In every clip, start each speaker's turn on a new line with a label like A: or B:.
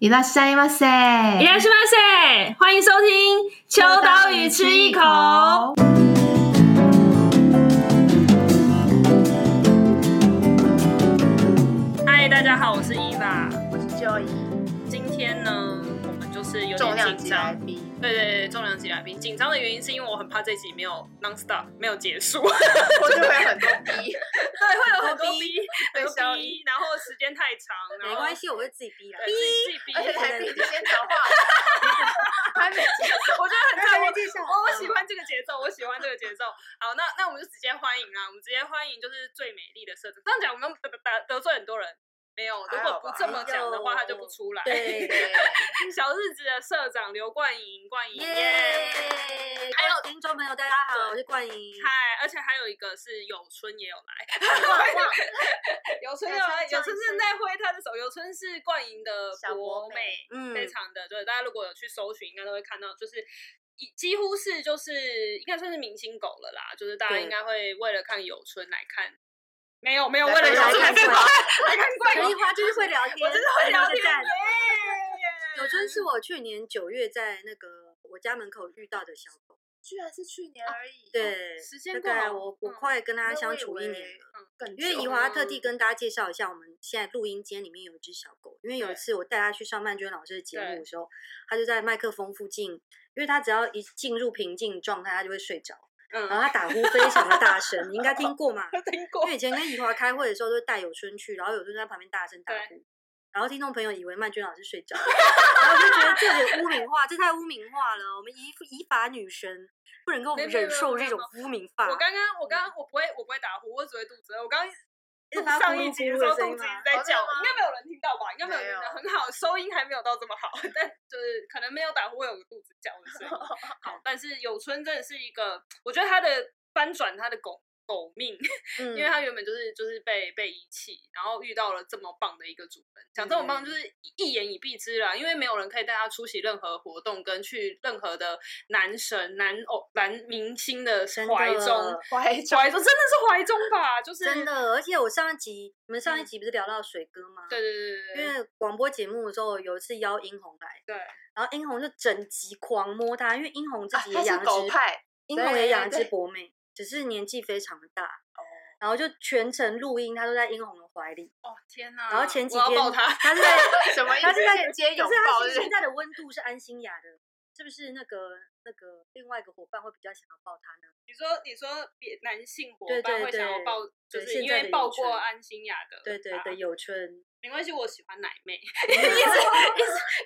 A: 伊拉西马塞，
B: 伊来是万岁！欢迎收听《秋刀鱼吃一口》。嗨，大家好，我是伊娃。
A: 我是 Joy，
B: 今天呢，我们就是有
A: 重量
B: 点
A: 级
B: 紧
A: 来
B: 张。
A: 宾。
B: 对对对，重量级来宾。紧张的原因是因为我很怕这集没有 non stop 没有结束，
A: 我就会很多逼，
B: 对，会有很多
C: 很多
B: 逼，
A: 被
B: 很多
A: 消音
B: 逼，然后时间太长，然
C: 没
B: 后
C: 关系，我会自己逼啦
B: 对，。自己自己逼。
A: 而且来宾
B: 我
A: 先讲话，还没介
B: 觉
A: 绍，
B: 得很在我
A: 介绍
B: 我我喜欢这个节奏，我喜欢这个节奏。好，那那我们就直接欢迎啊啦，我们直接欢迎就是最美丽的社长。这样讲，我们得得得罪很多人。没有，如
A: 还好
B: 果不
A: 吧
B: 这么讲的话，
C: 哎呦
B: 他就不出来。
C: 对，
B: 小日子的社长刘冠莹，冠莹
C: 耶嗯
B: 耶！！
C: 还有听众朋友，大家好，我是冠莹。
B: 嗨，而且还有一个是有春也有来，
C: 旺旺，
B: 有春
A: 有
B: 有来，有
A: 春
B: 春
A: 上一
B: 正在挥他的手，有春是冠莹的
A: 小
B: 博
A: 博美
C: 嗯，
B: 非常的，对，大家如果有去搜寻，应该都会看到，就是一几乎是就是应该算是明星狗了啦，就是大家
C: 对
B: 应该会为了看有春来看，没有没有为了
A: 来看
B: 有
A: 来
B: 春
A: 看
B: 看
A: 春
B: 怪来看怪
C: 陈一花就是会聊天，
B: 我真的会聊
C: 哎那就
B: 天
C: 赞。
B: 耶
C: 有春是我去年九月在那个我家门口遇到的小狗，
A: 居然是去年而
B: 哦
A: 已，，
C: 对，
B: 时间
C: 大
B: 过好
C: 概我我
B: 嗯
C: 快跟它
A: 那我
C: 相
A: 以
C: 处一年
A: 为
C: 了。
A: 更
C: 因为
A: 久
C: 怡
A: 了
C: 华特地跟大家介绍一下，我们现在录音间里面有一只小狗。因为有一
B: 对
C: 次我带它去上曼娟老师的节
B: 对
C: 目的时候，它就在麦克风附近，因为它只要一进入平静状态，它就会睡着，
B: 嗯，
C: 然后它打呼非常的大声，你应该听过嘛？
B: 听
C: 因
B: 过
C: 为以前跟怡华开会的时候都会带有春去，然后有春在旁边大声打呼，然后听众朋友以为曼娟老师睡着了，然后我就觉得这很污名化，这太污名化了。我们怡怡法女神不能够
B: 没有没有
C: 忍受
B: 没
C: 这
B: 有
C: 种污名化。
B: 我刚刚我
C: 嗯
B: 刚刚我不会我不会打呼，我只会肚子饿。我刚刚
C: 是
B: 录
C: 发
B: 上
C: 呼噜
B: 一集的时
C: 呼噜的
B: 候
C: 声
B: 肚
C: 音
B: 子一
C: 吗
B: 直在
A: 哦真的
B: 叫，
A: 吗
B: 应该没有人听到吧？应该没有人听到，
A: 没
B: 很好，收音还没有到这么好， 但就是可能没有打呼，会有肚子叫的声 音。好，但是有春真的是一个，我觉得他的翻转他的狗狗命，
C: 嗯，
B: 因为他原本就是就是被被遗弃，然后遇到了这么棒的一个主人，讲这么棒
C: 嗯
B: 就是一一言以蔽之啦，因为没有人可以带他出席任何活动，跟去任何的男神、男偶、男明星的
C: 真的
B: 怀中，
A: 怀中
B: 怀中真的是怀中吧，就是
C: 真，的，而且我上一集你们上一
B: 嗯
C: 集不是聊到水哥吗？
B: 对对对对
C: 因
B: 对
C: 为广播节目的时候有一次邀殷红来，
B: 对，
C: 然后殷红就整集狂摸它，因为殷红自
B: 啊
C: 己也
A: 他
C: 养
A: 是
C: 了
A: 狗
C: 只
A: 派，
C: 英红也养了
A: 对
C: 只
A: 对
C: 博美，只是年纪非常的大。然后就全程录音，他都在英红的怀里。
B: 哦天哪，
C: 然后前几
B: 我
C: 天，
B: 要抱他，
C: 是在
A: 什么意
C: 他
A: 思？
C: 是在
A: 间接
C: 可
A: 拥
C: 是
A: 抱
C: 他
A: 是
C: 现在的温度是安心雅的，是不是？那个那个另外一个伙伴会比较想要抱他呢？
B: 你说你说别男性伙
C: 对
B: 伴
C: 对
B: 会想要
C: 对
B: 抱，就
C: 对
B: 是
C: 现
B: 因
C: 在
B: 为
C: 的
B: 抱
C: 有
B: 过
C: 春
B: 安心雅的，
C: 对对对，，有 春，
B: 没关系，我喜欢奶妹。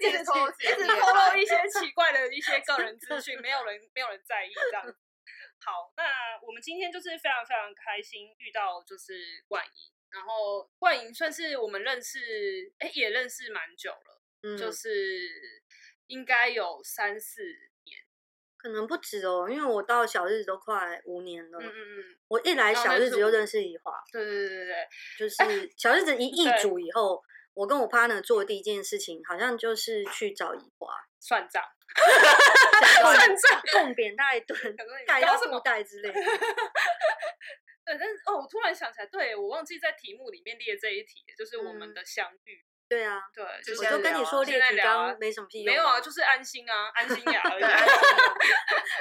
A: 一直偷自己
B: 一直 透露一些奇怪的一些个人资讯，没有人没有人在意这样子。好，那我们今天就是非常非常开心遇到就是冠莹，然后冠莹算是我们认识，哎、也认识蛮久了，
C: 嗯，
B: 就是应该有三四年，
C: 可能不止哦，因为我到小日子都快五年了。
B: 嗯嗯嗯，
C: 我一来
B: 到
C: 小
B: 那
C: 日
B: 是
C: 子就
B: 我
C: 认识怡华，
B: 对对对对对，
C: 就是小日子一易
B: 对
C: 主以后，我跟我 partner 做的第一件事情，好像就是去找怡 华，
B: 算账，
C: 想要
B: 算账。
C: 共扁他一 顿，
B: 可能你
C: 盖
B: 搞
C: 他
B: 什
C: 布
B: 么
C: 袋之类 的。
B: 对，但是哦，我突然想起来，对我忘记在题目里面列这一题，就是我们
C: 嗯
B: 的相遇。
C: 对啊，
B: 对，
A: 就
B: 就
C: 我
A: 现在
C: 就跟
A: 聊
C: 你
A: 啊
C: 说
B: 现
C: 列
B: 在
C: 举
B: 聊啊
C: 纲没什么屁
B: 没
C: 用。
B: 有啊，就是安心啊，安心 雅而已。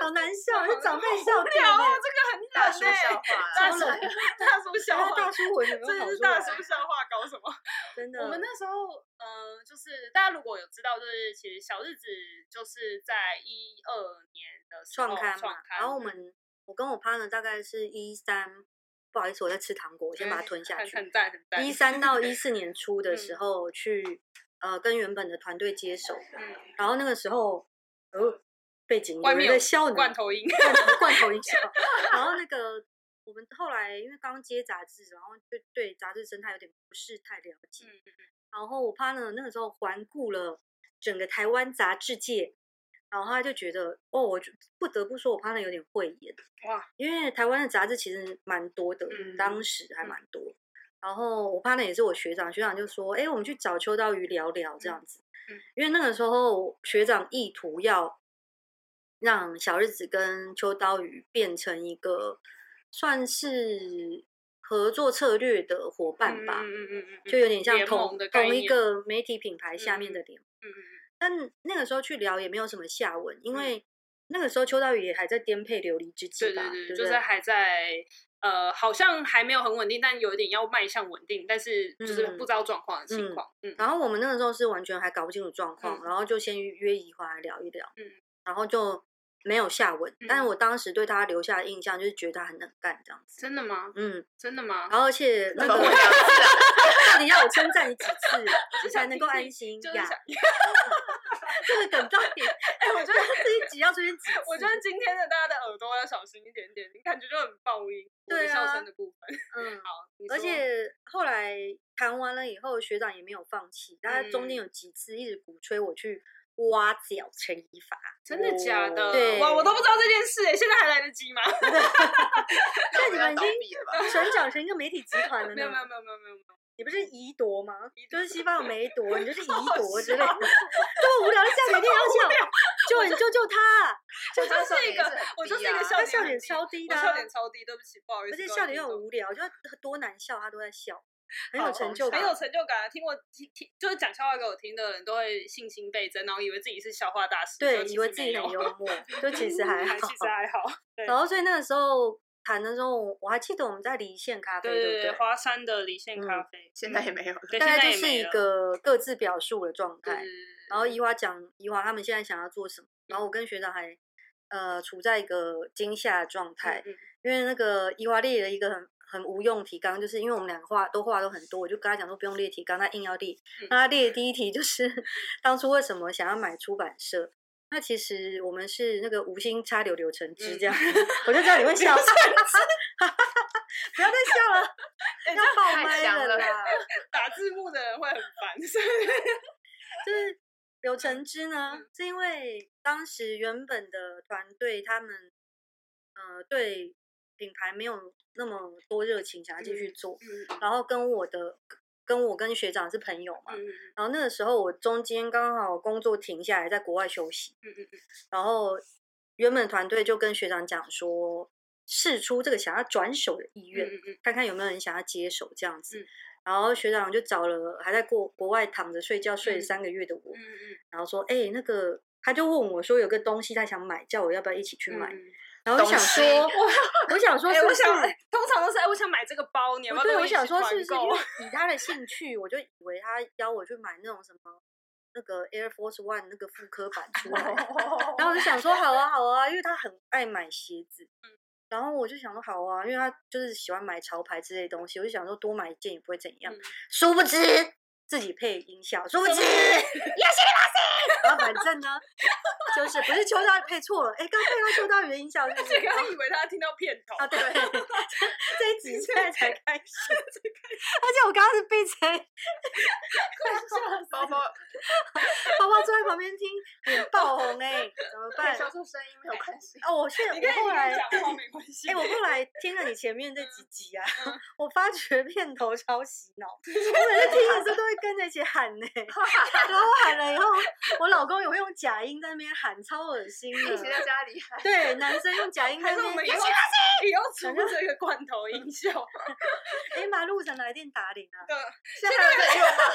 C: 好难笑，这 啊长辈笑
B: 无
C: 点
B: 聊啊，
C: 欸
B: 这个很 冷
A: 大叔
B: 欸
A: 笑话
B: 大
A: 啦，
B: 叔
C: 超冷
B: 大 叔笑
C: 大家
B: 话
C: 大，叔魂有没有
B: 真
C: 跑
B: 是
C: 出
B: 大
C: 来？
B: 叔笑话，搞什么？
C: 啊 真的，
B: 我们那时候，嗯、就是大家如果有知道，就是其实小日子就是在一二年的时候
C: 创刊
B: 哦创嗯
C: 嘛，然后我们我跟我 partner 大概是一三，不好意思，我在吃糖果，我先把它吞下
B: 很
C: 去
B: 很。赞很赞。
C: 一三到一四年初的时
B: 嗯
C: 候去呃跟原本的团队接手，
B: 嗯，
C: 然后那个时候呃背景
B: 外
C: 有
B: 面有
C: 人在笑你，
B: 罐头 音，嗯
C: 罐头罐头营销。 然后那个我们后来因为刚接杂志，然后就对杂志生态有点不是太了解。
B: 嗯
C: 然后我 partner 那个时候环顾了整个台湾杂志界，然后他就觉得哦，我就不得不说我 partner 有点慧眼，
B: 哇，
C: 因为台湾的杂志其实蛮多的，
B: 嗯
C: 当时还蛮多。然后我 partner 也是我学长，学长就说：“哎，我们去找秋刀鱼聊聊这样子。
B: 嗯
C: 因为那个时候学长意图要让小日子跟秋刀鱼变成一个算是合作策略的伙伴吧，
B: 嗯嗯嗯嗯嗯，
C: 就有点像
B: 联
C: 同
B: 盟的概
C: 同一
B: 念嗯
C: 个媒体品牌下面的联盟。
B: 嗯嗯
C: 但那个时候去聊也没有什么下文，因为那个时候邱道宇也还在颠沛流离之
B: 嗯
C: 际
B: 对
C: 吧，
B: 对
C: 不
B: 就是还在呃，好像还没有很稳定，但有一点要迈向稳定，但是就是
C: 嗯
B: 不知道状况的情况。嗯
C: 然后我们那个时候是完全还搞不清楚状况，
B: 嗯
C: 然后就先约怡华来聊一聊，
B: 嗯
C: 然后就没有下文。但是我当时对他留下的印象就是觉得他很能干这样子，
B: 真的吗？
C: 嗯，
B: 真的吗？
C: 然后而且那
A: 怎
C: 个
A: 么会这样子啊？
C: 到底要我称 赞你几次， 你才能够安心
B: 就是
C: 呀
B: 想？，
C: 这个梗到 底，哎、我觉得这一集要出现几次？
B: 我觉得今天的大家的耳朵要小心一点点，你感觉就很爆音，我的
C: 对
B: 笑
C: 啊
B: 声的部 分。
C: 嗯，
B: 好，你
C: 而
B: 说
C: 且后来谈完了以后，学长也没有放弃，他中间
B: 嗯
C: 有几次一直鼓吹我去挖角陈怡 法，
B: 真的假的？
C: 对
B: 哇，我都不知道这件事哎，现在还来得及吗？
A: 那我
C: 你
A: 要
C: 们已
A: 倒
C: 经
A: 闭了吧？
C: 成长成一个媒体集团了
B: 没有没
C: 呢
B: 有。没有没有没有没有，
C: 你不是遗夺吗？就是西方有梅夺，你就是遗
B: 好
C: 夺之类的，
B: 笑
C: 这么无聊 的笑点一定要笑，救人救救他！
B: 我就
A: 他笑
B: 是一
A: 点
B: 个
A: 也是很，
B: 我就
A: 低
B: 是一个
A: 啊
B: 笑
C: 他
B: 点
C: 笑
B: 很
C: 点
B: 低
C: 超低的
B: 我
C: 啊，
B: 笑点超低，对不起，不好意思，
C: 而且
B: 各位
C: 笑
B: 听
C: 点又
B: 众
C: 很无聊，就多难笑他都在笑，很
A: 好
C: 有成
A: 好
C: 就
A: 笑
C: 感
B: 很。有成就感啊。听我听听，就是讲笑话给我听的人都会信心倍增，然后以为自己是笑话大师，就
C: 对，
B: 其
C: 以为
B: 实
C: 自
B: 没
C: 己很
B: 有
C: 幽，默，就其实还好
B: 其。实还好。对
C: 然后所以那个时候谈的时候，我还记得我们在离线咖啡，
B: 对
C: 不
B: 对，
C: 对？嗯
B: 华山的离线咖啡，嗯
A: 现在也没有了。
B: 对，
C: 大
B: 现
C: 概
B: 在
C: 就
B: 也
C: 是
B: 没
C: 一
B: 了
C: 个各自表述的状
B: 对
C: 态。然后怡华讲怡华他们现在想要做什么，然后我跟学长还呃处在一个惊吓的状态，
B: 嗯嗯
C: 因为那个怡华列了一个很很无用提纲，就是因为我们两个话都话都很多，我就跟他讲说不用列提纲，他硬要列。那他列的第一题就是 当初为什么想要买出版社。那其实我们是那个无心插柳柳成枝
B: 嗯
C: 这样，我就知道你会笑， 不要再笑了，
A: 哎
C: 要
A: 这
C: 爆
A: 太
C: 麦
A: 强
C: 了
A: 了
C: 啦！
B: 打字幕的人会很烦，所以
C: 就是柳橙汁呢，是因为当时原本的团队他们，呃，对品牌没有那么多热情，想要继续做。
B: 嗯
C: 然后跟我的，跟我跟学长是朋友嘛。
B: 嗯
C: 然后那个时候我中间刚好工作停下来，在国外休息。
B: 嗯嗯
C: 然后原本团队就跟学长讲说，试出这个想要转手的意愿，
B: 嗯嗯
C: 看看有没有人想要接手这样子。
B: 嗯
C: 然后学长就找了还在国国外躺着睡觉睡了
B: 嗯
C: 三个月的我，
B: 嗯嗯
C: 然后说：“哎、那个，他就问我说有个东西他想买，叫我要不要一起去买。
B: 嗯
C: 然后我
A: 东
C: 想
A: 西
C: 说，我想 说
B: 哎、
C: 是不
B: 我
C: 是，
B: 想，哎通常都是哎、我想买这个包，你要
C: 不
B: 不要
C: 对，
B: 跟
C: 我
B: 一
C: 想
B: 起
C: 说
B: 团
C: 是不是因
B: 购
C: 为以他的兴趣，我就以为他邀我去买那种什么那个 Air Force One 那个复刻版出 来，然后我就想说好啊好啊，因为他很爱买鞋子。”然后我就想说好啊，因为他就是喜欢买潮牌之类的东西，我就想说多买一件也不会怎样。
B: 嗯
C: 殊不知自己配音效，殊不知
B: 怎么
C: 然后反正呢，就是不是秋刀鱼配错了，哎，刚配到秋刀鱼的音效是 不是
B: 这个？他以为他听到片头，
C: 哦啊，对， 这一集现在才开始，
B: 这个
C: 而且我刚刚是被 谁
A: 包包
C: 包包坐在旁边听，脸爆红哎、怎么办？
A: 销售声音没有关系。
C: 哦，我 现在
B: 你可以
C: 我后
B: 你可以
C: 来，
B: 讲 话没关系。
C: 哎、我后来听了你前面这几集啊，
B: 嗯
C: 我发觉片头超洗 脑，我每次听的时候都会跟着一起喊呢、然后我喊了以后，我老公也会用假音在那边喊，超恶心
A: 疫情
C: 的。
A: 在家里还
C: 对，男生用假音在
B: 还是
C: 那
B: 我们
C: 边
B: 以后 以后出这个罐头音 效，
C: 哎、马路上来电打铃啊！
B: 对，
A: 现在还在用吗？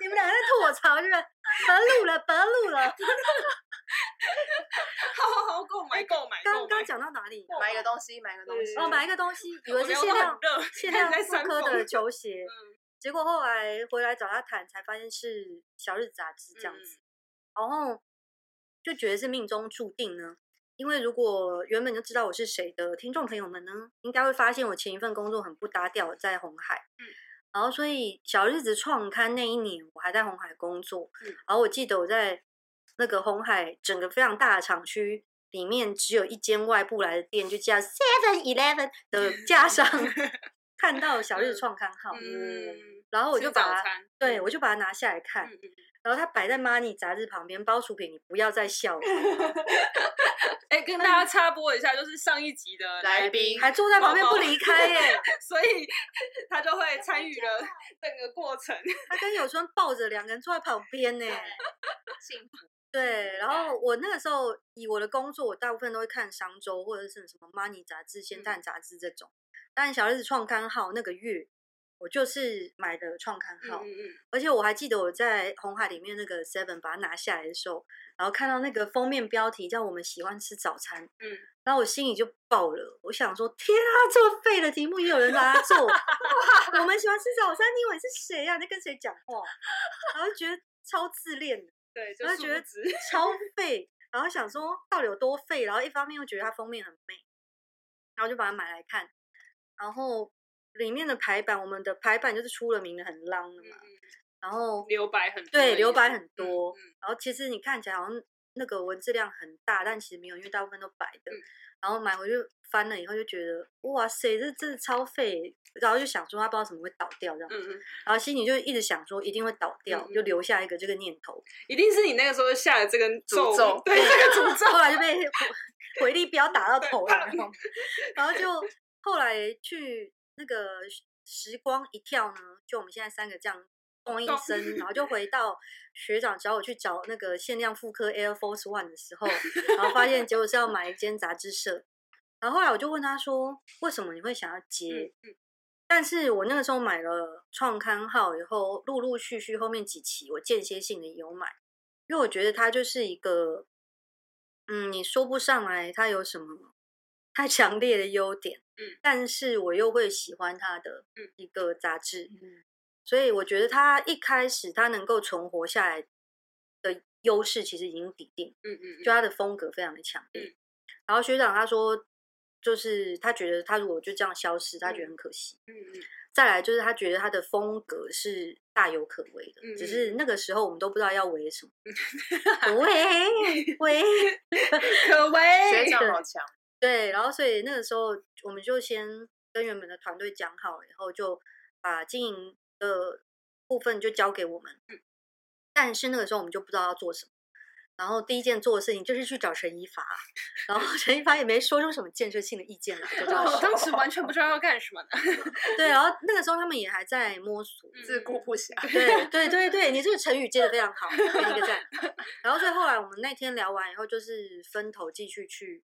C: 你们两个在吐我槽是不是？白录了，白录 了。
B: 好好好，购买哎购买购
C: 刚
B: 买
C: 刚。讲到哪里？
A: 买一个东西，买一个东西。
C: 哦，买一个东西，以
B: 我
C: 为是
B: 聊
C: 限
B: 得
C: 量
B: 很热，开始
C: 限量
B: 在
C: 复
B: 煽
C: 刻的
B: 风
C: 球鞋，
B: 嗯
C: 结果后来回来找他谈，才发现是《小日子》杂志这样
B: 嗯
C: 子，然后就觉得是命中注定呢。因为如果原本就知道我是谁的听众朋友们呢，应该会发现我前一份工作很不搭调，在红海。
B: 嗯
C: 然后，所以小日子创刊那一年，我还在红海工作。
B: 嗯
C: 然后我记得我在那个红海整个非常大的厂区里面，只有一间外部来的店，就叫 Seven Eleven 的架上看到小日
B: 嗯
C: 子创刊号。
B: 嗯，
C: 然后我就
B: 吃
C: 把
B: 早
C: 它，
B: 餐，嗯
C: 对我就把它拿下来看，
B: 嗯嗯嗯
C: 然后它摆在 Money 杂志旁边，包薯饼，你不要 再笑了，
B: 哎，跟大家插播一下，就是上一集的
A: 来
B: 来宾
A: 宾
C: 还坐在旁边
B: 包
C: 不
B: 包
C: 离开耶、
B: 所以他就会参与 了整个过程。
C: 他跟有春抱着两个人坐在旁边呢、
A: 幸福
C: 对，然后我那个时候以我的工作，我大部分都会看商周或者是什么 Money 杂志、
B: 嗯
C: 仙探杂志这种。但小日子创刊号那个月，我就是买的创刊
B: 嗯
C: 号，
B: 嗯嗯，
C: 而且我还记得我在红海里面那个 Seven 把它拿下来的时候，然后看到那个封面标题叫“我们喜欢吃早餐”，
B: 嗯，
C: 然后我心里就爆了，我想说：天啊，这么废的题目也有人拿 来做，哇我们喜欢吃早餐，你以为是谁呀、啊？你在跟谁讲话？然后觉得超自恋的。
B: 对，
C: 我
B: 就
C: 就是觉得
B: 值。
C: 超废，然后想说到底有多废，然后一方面又觉得它封面很美，然后就把它买来看，然后里面的排版，我们的排版就是出了名的很浪的
B: 嗯
C: 嘛，然后
B: 留白很多的意
C: 对
B: 思
C: 留白很
B: 嗯
C: 多，
B: 嗯
C: 然后其实你看起来好像那个文字量很大，但其实没有，因为大部分都白的，
B: 嗯
C: 然后买回去翻了以后就觉得哇塞，这真的超废，然后就想说它不知道怎么会倒掉这样，
B: 嗯嗯，
C: 然后心里就一直想说一定会倒掉，就
B: 嗯
C: 留下一个这个念头。
B: 一定是你那个时候下了这根
A: 诅
B: 咒
A: 咒
B: 对这个诅咒。
C: 后来就被回回力镖打到头了，
B: 对
C: 然后然后就后来去那个时光一跳呢，就我们现在三个这样咚一
B: 咚
C: 声， 然后就回到学长找我去找那个限量复刻 Air Force One 的时候，然后发现结果是要买一间杂志社，然后后来我就问他说，为什么你会想
B: 嗯
C: 要接？但是我那个时候买了创刊号以后，陆陆续续后面几期我间歇性的有买，因为我觉得它就是一个，嗯，你说不上来它有什么太强烈的优点，
B: 嗯，
C: 但是我又会喜欢它的
B: 嗯
C: 一个杂志，
A: 嗯，
C: 所以我觉得它一开始它能够存活下来的优势其实已经底定，
B: 嗯嗯
C: 就它的风格非常的强烈。
B: 嗯
C: 然后学长他说，就是他觉得他如果就这样消失，他觉得很可惜。
B: 嗯嗯
C: 再来就是他觉得他的风格是大有可为的，
B: 嗯
C: 只
B: 嗯
C: 是
B: 嗯
C: 那个时候我们都不知道要为什么。喂 喂，
B: 可为
A: 学长好强，
C: 对，然后所以那个时候我们就先跟原本的团队讲好了，以后就把经营的部分就交给我们。但是那个时候我们就不知道要做什么，然后第一件做的事情就是去找陈一发，然后陈一发也没说出什么建设性的意见来，就这 样
B: 我
C: 说
B: 当时完全不知道要干什么呢，
C: 对，然后那个时候他们也还在摸索，
A: 自顾不暇。
C: 对对对对，你这个成语接的非常好，给你一个赞。然后所以后来我们那天聊完以后，就是分头继续去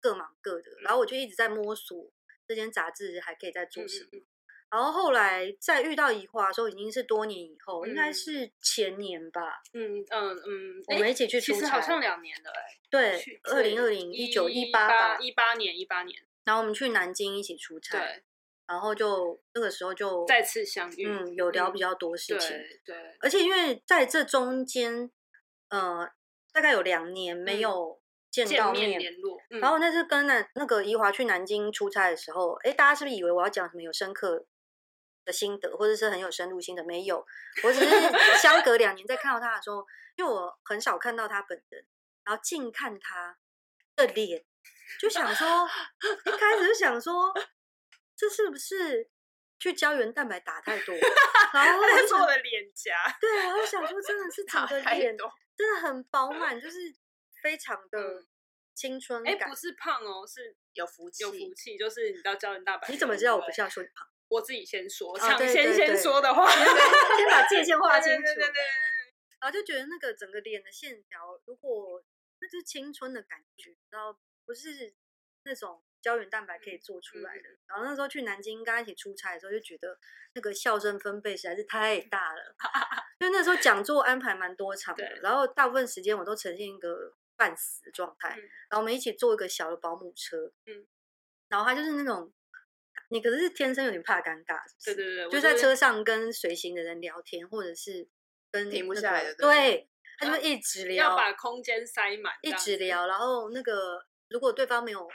C: 各忙各的，然后我就一直在摸索这间杂志还可以再
B: 嗯
C: 做什么。然后后来再遇到宜华的时候，已经是多年以后，应该
B: 嗯
C: 是前年吧，
B: 嗯嗯嗯，
C: 我
B: 诶
C: 们一起去
B: 其
C: 出
B: 实好
C: 差。
B: 像两年了，哎，
C: 对
B: 去，
C: 二零二零一九一八吧。
B: 一八年一八年，
C: 然后我们去南京一起出差，
B: 对，
C: 然后就那个时候就
B: 再次相遇，
C: 嗯有聊比
B: 较
C: 较多事情。
B: 对对，
C: 而且因为在这中间，呃，大概有两年没
B: 嗯
C: 有见
B: 见
C: 到
B: 面联络，嗯
C: 然后那次跟那那个怡华去南京出差的时候，诶，大家是不是以为我要讲什么有深刻的心得，或者是很有深入心得？没有，我只是相隔两年再看到他的时候，因为我很少看到他本人，然后近看他的脸，就想说，一开始就想说，这是不是去胶原蛋白打太多？然 后我
B: 他
C: 就
B: 做
C: 想
B: 了脸颊，
C: 对啊，我想说真的是整
A: 打
C: 个
A: 太
C: 脸
A: 多
C: 真的很饱满，就是非常的
B: 嗯
C: 青春
B: 哎，
C: 感
B: 不。是胖哦，是
A: 有福气，
B: 有福气，就是你知道胶原蛋白，
C: 你怎么知道我不
B: 对
C: 是 要说你胖？
B: 我自己先说，抢
C: 对
B: 先
C: 对
B: 先
C: 对
B: 说的话，
C: 先把界限划清
B: 对
C: 楚
B: 对，对对对
C: 然后就觉得那个整个脸的线条，如果那就是青春的感觉，然后不是那种胶原蛋白
B: 嗯
C: 可以做出来的。然后那时候去南京跟他一起出差的时候，就觉得那个笑声分贝实在是太大 了，因为那时候讲座安排蛮多场的
B: 对，
C: 然后大部分时间我都呈现一个半死的状态。
B: 嗯
C: 然后我们一起坐一个小的保姆车，
B: 嗯，
C: 然后他就是那种，你可是天生有点怕尴尬，是不是
B: 对对对，我
C: 就在车上跟随行的人聊天，或者是跟
A: 停不
C: 那
A: 下来
C: 个
A: 的
C: 对
A: 对，
C: 他就会一直
B: 嗯要
C: 聊，
B: 把空间塞满，
C: 一
B: 这样
C: 直
B: 子，
C: 聊，然后那个如果对方没有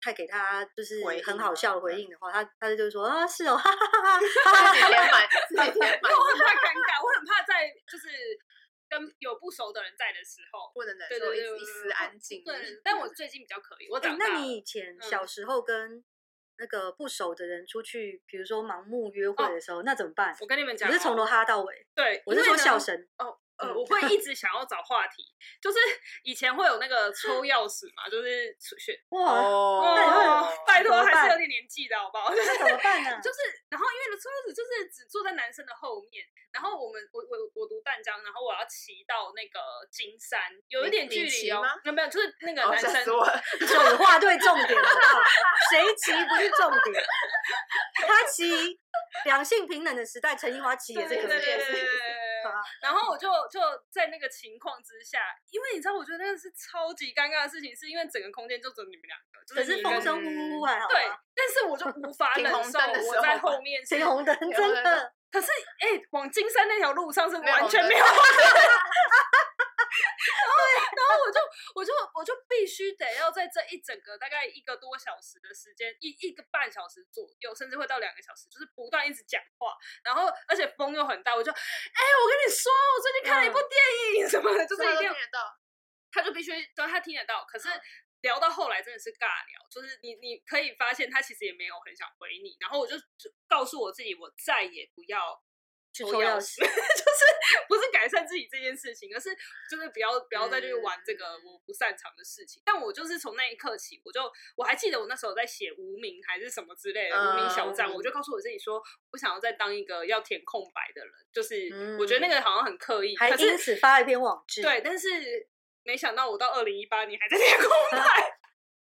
C: 太给他就是
A: 回
C: 很
A: 应
C: 好
A: 吗
C: 笑的回
A: 嗯
C: 应的话，他他就说啊是哦，哈哈哈哈，
A: 自己填满，自己填满
B: 因为，我很怕尴尬，我很怕在就是跟有不熟的人在的时候，
A: 不能忍
B: 对
A: 受
B: 对
A: 一
B: 对，
A: 丝一丝安静。
B: 对，但我最近比较可以，我
C: 哎
B: 长大
C: 那
B: 了。
C: 你以前
B: 嗯
C: 小时候跟那个不熟的人出去，比如说盲目约会
B: 哦
C: 的时候，那怎么办？
B: 我跟你们
C: 你
B: 讲哦，
C: 是从头哈到尾，
B: 对，
C: 我
B: 因
C: 是
B: 为
C: 说
B: 呢
C: 笑。声，
B: 哦，呃，
C: 嗯
B: 我会 一直想要找话题，就是以前会有那个抽钥匙嘛，就是学
C: 哇，
A: 哦
B: 哦，拜
C: 怎
B: 托
C: 么
B: 还是有
C: 办
B: 点年纪的好不好？ 就是
C: 那怎么办呢？
B: 就是，然后因为抽钥匙就是只坐在男生的后面，然后我们我我我读淡江，然后我要骑到那个金山，有一
A: 你
B: 点
A: 你
B: 距离
A: 骑
B: 哦
A: 吗，
B: 没有没有，就是那个
A: 哦，
B: 男
A: 吓
B: 生
A: 死我了！
C: 水话对重点好不好？谁骑不是重点，他骑两性平等的时代，陈怡华骑
B: 对
C: 也是
B: 对
C: 可
B: 对对嗯
C: 能
B: 对
C: 也
B: 对对
C: 是。
B: 对
C: 好啊
B: 然后我就就在那个情况之下，因为你知道，我觉得那个是超级尴尬的事情，是因为整个空间就只有你们两个，就
C: 可
B: 你
C: 是
B: 跟嗯
C: 风声呼呼哎，好
B: 对
C: 吧，，
B: 但是我就无 法
A: 停
B: 忍
A: 红
B: 受
A: 灯的时
B: 我
A: 候
B: 在
A: 吧
B: 后面
C: 停红灯真
A: 红灯
C: 的，
B: 可是哎、往金山那条路上是
A: 没有
B: 完
A: 红
B: 全
A: 灯
B: 没 有红灯的。然后，然后我就我就我就必须得要在这一整个大概一个多小时的时间，一一个半小时左右，甚至会到两个小时，就是不断一直讲话，然后而且风又很大，我就哎、我跟你说，我最近看了
A: 嗯
B: 一部电影、什么的，就是
A: 这
B: 一定
A: 都听
B: 要
A: 得到，
B: 他就必须，对，他听得到，可
A: 嗯
B: 是。聊到后来真的是尬聊，就是你你可以发现他其实也没有很想回你，然后我就就告诉我自己，我再也不要
C: 去
B: 抽
C: 抽
B: 钥
C: 钥
B: 匙， 就是不是改善自己这件事情，而是就是不要不要再去
C: 嗯
B: 玩这个我不擅长的事情。但我就是从那一刻起，我就我还记得我那时候在写无名还是什么之类的无名小站，
C: 嗯
B: 我就告诉我自己说，我想要再当一个要填空白的人，就是我觉得那个好像很刻意，
C: 嗯还
B: 可是
C: 因此发了一 篇网志。
B: 对，但是没想到我到二零一八年还在填空白。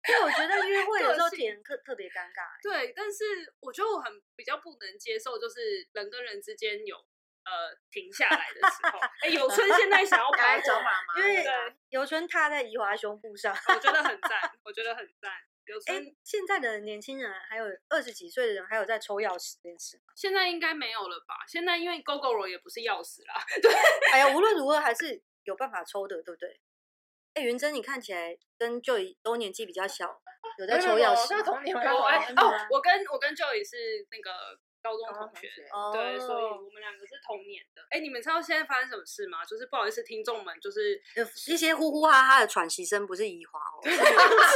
C: 因为我觉得约会有时候
B: 个性
C: 填特特别尴尬，
B: 对，但是我觉得我很比较不能接受，就是人跟人之间有呃停下来的时候。哎，有春现在想要
A: 来
B: 拍
A: 找
B: 我，
A: 妈妈。
C: 因为
B: 啊对
C: 尤春踏在怡华胸部 上。
B: 我觉得很赞，我觉得很赞。有
C: 哎、
B: 春
C: 现在的年轻人还有二十几岁的人还有在抽钥匙这件事吗？
B: 现在应该没有了吧？现在因为 GoGo 也不是钥匙啦，
C: 哎呀，无论如何还是有办法抽的，对不对？哎、元珍，你看起来跟 Joy 都年纪比较小，有在
A: 没有
C: 抽
A: 没有
C: 钥
A: 我
C: 匙
A: 这个
C: 吗？
A: 童年回来
B: 我
A: 我
B: 哎
A: 真的
B: 哦，我跟我跟 Joey 是那个高中
A: 高中
B: 同
A: 同
B: 学，
A: 学
C: 哦，
B: 对，所以我们两个是同年的。哎，你们知道现在发生什么事吗？就是不好意思，听众们，就是
C: 有一些呼呼哈哈的喘息声不是怡 华哦，是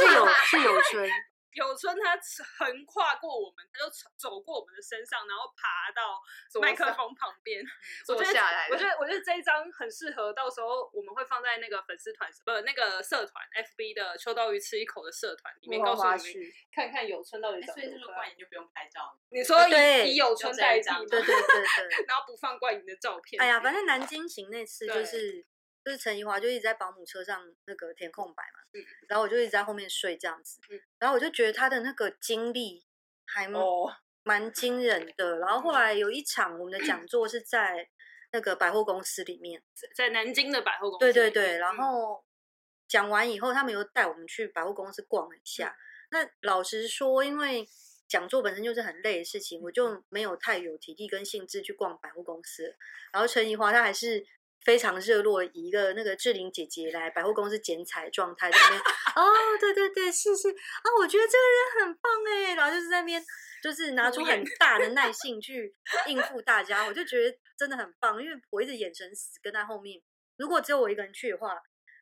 C: 是有是有吹，
B: 有春他横跨过我们，他就走过我们的身上，然后爬到
A: 左
B: 麦克
A: 上
B: 风旁边。我
A: 坐
B: 觉得
A: 下来
B: 我觉
A: 了，
B: 得我觉得这一张很适合，到时候我们会放在那个粉丝团，不、那个社团 FB 的秋刀鱼吃一口的社团里面，告诉 你们看看有春到底
D: 哎
B: 长
D: 所以这
B: 什
D: 个
B: 么
D: 冠
B: 样。
D: 影就不用拍照了。
B: 你说
C: 哎对
B: 以以有春代替
D: 就
C: 对
B: 吗？
C: 对对 对。
B: 然后不放冠莹的照片。
C: 哎呀，反正南京行那次就
B: 对
C: 是就是陈怡华就一直在保姆车上那个填空白嘛，
B: 嗯
C: 然后我就一直在后面睡这样子，
B: 嗯
C: 然后我就觉得他的那个经历还蛮
A: 哦，
C: 蛮惊人的。然后
B: 嗯
C: 后来有一场我们的讲座是在那个百货公司里面，
B: 在南京的百货公司
C: 对
B: 里面。
C: 对对，然
B: 嗯
C: 后讲完以后，他们有带我们去百货公司逛了
B: 嗯
C: 一下。那老实说，因为讲座本身就是很累的事
B: 嗯
C: 情，我就没有太有体力跟兴致去逛百货公司了。然后陈怡华她还是。非常热络，以一个那个志玲姐姐来百货公司剪彩状态，在那边哦，对对对，是是啊，我觉得这个人很棒哎，然后就是在那边就是拿
B: 敷
C: 出
B: 衍
C: 很大的耐性去应付大家，我就觉得真的很棒，因为我一直眼神死跟在后面，如果只有我一个人去的话，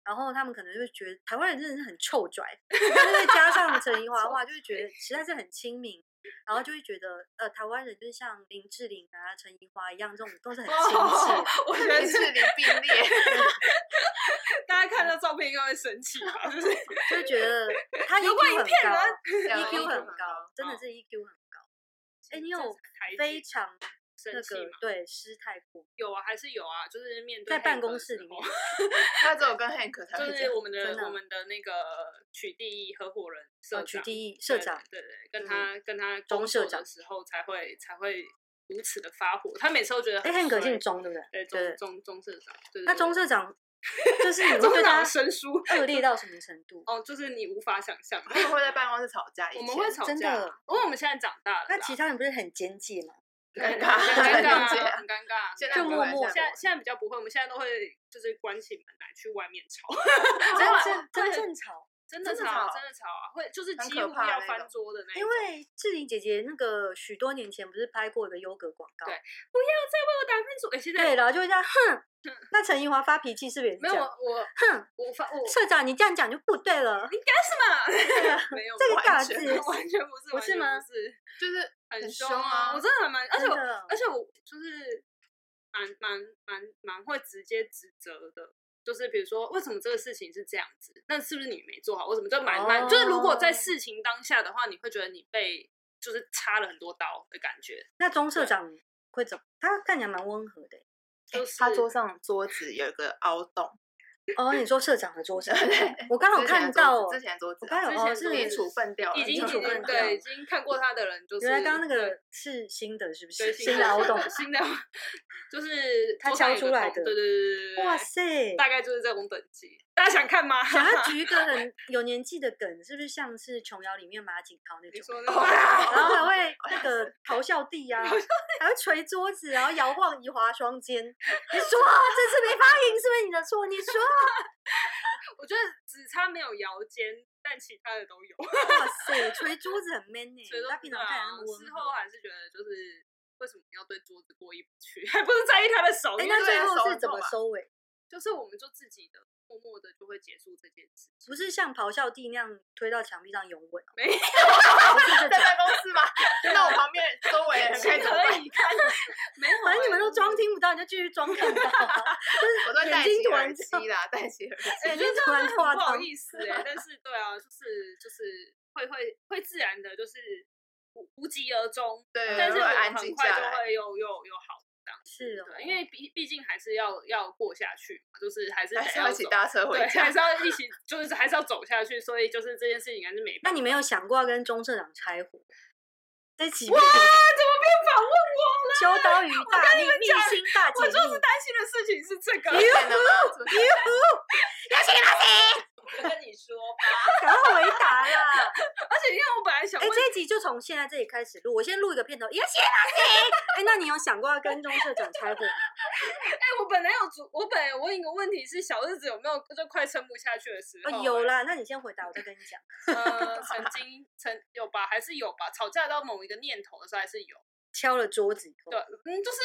C: 然后他们可能就会觉得台湾人真的是很臭拽，但是再加上陈怡华的话，就会觉得实在是很亲民，然后就会觉得呃，台湾人就是像林志玲啊、陈怡华一样，这种都是很亲切的。
B: 哦， 我觉得
A: 林
B: 是
A: 志玲并列，
B: 大家看到照片应该会生气吧？就是
C: 就觉得他
B: 有关
C: EQ
B: 影
C: 很
B: 片
C: 高
B: 人
A: 对啊
C: ，EQ
A: 一
C: E 很
A: 定
C: 高，真的
B: ，E 高嗯
C: 是 EQ 很高。哎，你
B: 这
C: 有
B: 才台
C: 非
B: 阶
C: 常
B: 生
C: 那
B: 气
C: 个
B: 嘛
C: 对失态过，
B: 有啊，还是有啊，就是面对
C: 在办
B: Hank 的
C: 公
B: 时
C: 室里
B: 候
C: 面，
A: 他只有跟 Hank 才
B: 就
A: 会这样
B: 是我们的
C: 真的
B: 我们的那个取缔合伙人社
C: 呃，
B: 长，
C: 取缔社
B: 对
C: 长，
B: 对对，对跟
C: 嗯
B: 他跟他
C: 钟
B: 工
C: 社
B: 作的
C: 长
B: 时候才会才会如此的发火，他每次都觉得
C: 哎，
B: 很
C: 汉格
B: 衰
C: 姓钟对不
B: 对
C: 对？对
B: 钟钟钟社长，对
C: 那钟社
B: 长
C: 长 就是你会
B: 钟
C: 对
B: 社
C: 他
B: 长生疏
C: 恶劣到什么程 度？
B: 哦，就是你无法想象，
A: 他们会在办公室吵架，以
B: 我们
A: 前
B: 会吵
C: 真
B: 架
C: 的
B: 啊，因为我们现在长大了啦，
C: 那其他人不是很奸计吗？
A: 尴
B: 很尴尬
A: 尬，很
B: 啊，
A: 尬
B: 很尴尬，
A: 现在
C: 就
A: 不
C: 默
A: 会
C: 默
B: 现在
A: 不会
B: 现在比较不会，我们现在都会就是关起门来去外面吵，
C: 真正
B: 对
C: 真正吵，
B: 真的
A: 真的
B: 吵，
A: 吵
B: 真的吵啊，会就是
A: 很
B: 几
A: 可
B: 乎
A: 怕
B: 要
A: 那
B: 翻
A: 种
B: 桌的那一
C: 因
B: 种。
C: 为志玲姐姐那个许多年前不是拍过一个优格广告
B: 对，不要再为我打分数，哎，现
C: 对，
B: 在
C: 然后就会这样哼。那陈怡华发脾气是不是也是
B: 没
C: 这
B: 有我
C: 样？
B: 我
C: 哼，
B: 我发我
C: 社长你这样讲就不对了。
B: 干 什么？没有
C: 这个
B: 完
C: 打
B: 全
C: 字
B: 完全不是，
C: 不
B: 完
C: 是
B: 全
C: 吗
B: 不是
A: 就是
B: 很
A: 很
B: 凶
A: 凶
B: 啊！
A: 啊
B: 我真的很蛮，而且
C: 真
B: 我
C: 的
B: 而且我就是蛮蛮蛮蛮会直接指责的，就是比如说为什么这个事情是这样子，那是不是你没做好？为什么就蛮蛮、就是如果在
C: 哦
B: 事情当下的话，你会觉得你被就是插了很多刀的感觉，
C: 那钟社
B: 对
C: 长会怎么？他看起来蛮温和的欸。
B: 就是
A: 他桌上桌子有一个凹洞，，
C: 哦，你说社长的桌上我刚好
A: 之前
C: 看
A: 的桌子
C: 到哦，
A: 之前的桌子
C: 我刚
A: 啊
C: 有
B: 之
C: 哦
B: 前
C: 是
B: 都
A: 被
B: 是
A: 处分掉了，
B: 已经已
C: 已经
B: 经
C: 处分掉
B: 对已
C: 了
B: 经看过他的人，就是
C: 原来刚刚那
B: 对
C: 个是新的，是不
B: 对
C: 是？
B: 新
C: 新
B: 的
C: 的凹洞。
B: 新的就是
C: 他
B: 桌上有
C: 敲
B: 个
C: 出来
B: 洞
C: 的
B: 对对对对对，
C: 哇
B: 对
C: 塞！
B: 大概就是这种等级。大家想看吗？
C: 想要举一个很有年纪的梗，是不是像是琼瑶里面马景涛那
B: 你
C: 种？
B: 说 那
C: 然
B: 个
C: 后还会那个咆哮帝啊，还会捶桌子，然后摇晃移华双 肩。你说这次没发赢，是不是你的错？你说，
B: 我觉得只差没有摇肩，但其他的都有。
C: 哇塞，捶桌子很 man 呢、
B: 所以说
C: 他平常
B: 对
C: 看起来
B: 啊
C: 那么温
B: 事
C: 和
B: 后还是觉得就是为什么要对桌子过意不去， 还不是在意他的手？
C: 哎、
B: 因为
C: 那最
A: 啊手
C: 后是
A: 很
C: 怎
A: 痛
C: 么
A: 吧
C: 收尾？
B: 就是我们就自己的默默的就会结束这件事。
C: 不是像咆哮帝那样推到墙壁上拥吻哦，
B: 没有啊
C: 不是
A: 在
C: 这种。
A: 办公室吗？那我旁边周围的人可以怎么办？
B: 以看， 没有欸，
C: 反正你们都装听不到，你就继续装看 到啊、
A: 我都戴
C: 眼睛
A: 起
C: 突然
A: 耳
C: 这
A: 机啦，戴起耳机。
B: 哎，
C: 眼
B: 就
C: 睛
B: 这
C: 突
B: 样
C: 然
B: 就
C: 夸
B: 很不好
C: 张
B: 意思哎、但是对啊，就是就是会会会自然的，就是无无疾而终。
A: 对
B: 但是
A: 会
B: 我
A: 安
B: 很
A: 静
B: 快
A: 下
B: 就
A: 来
B: 会又又又好这样。
C: 是哦，
B: 对，因为毕毕竟还是要要过下去嘛，就是还是
A: 还
B: 得
A: 是要一起
B: 走
A: 搭车回
B: 对，
A: 家
B: 还。是要一起，就是还是要走下去。所以就是这件事情还是没
C: 那
B: 办法。
C: 你没有想过要跟钟社长拆伙？这几哇，怎么变访问我了？秋刀鱼大秘秘辛大
B: 我就
C: 解
B: 是
C: 密，
B: 担心的事情是这个，
A: 可 能吗
B: 我跟你说吧。
C: 赶快回答啦！
B: 而且因为我本来想
C: 哎、
B: 问，
C: 这一集就从现在这里开始录，我先录一个片头，也谢啦 哎、那你有想过要跟钟社长拆伙？
B: 哎、我本来有主，我本来有问一个问题是小日子有没有就快撑不下去的 时候、
C: 哦，有
B: 哎
C: 啦，那你先回答，我再跟你讲。
B: 呃，曾经曾有吧，还是有吧，吵架到某一个念头的时候还是有。
C: 敲了桌子以后，
B: 对，嗯，就是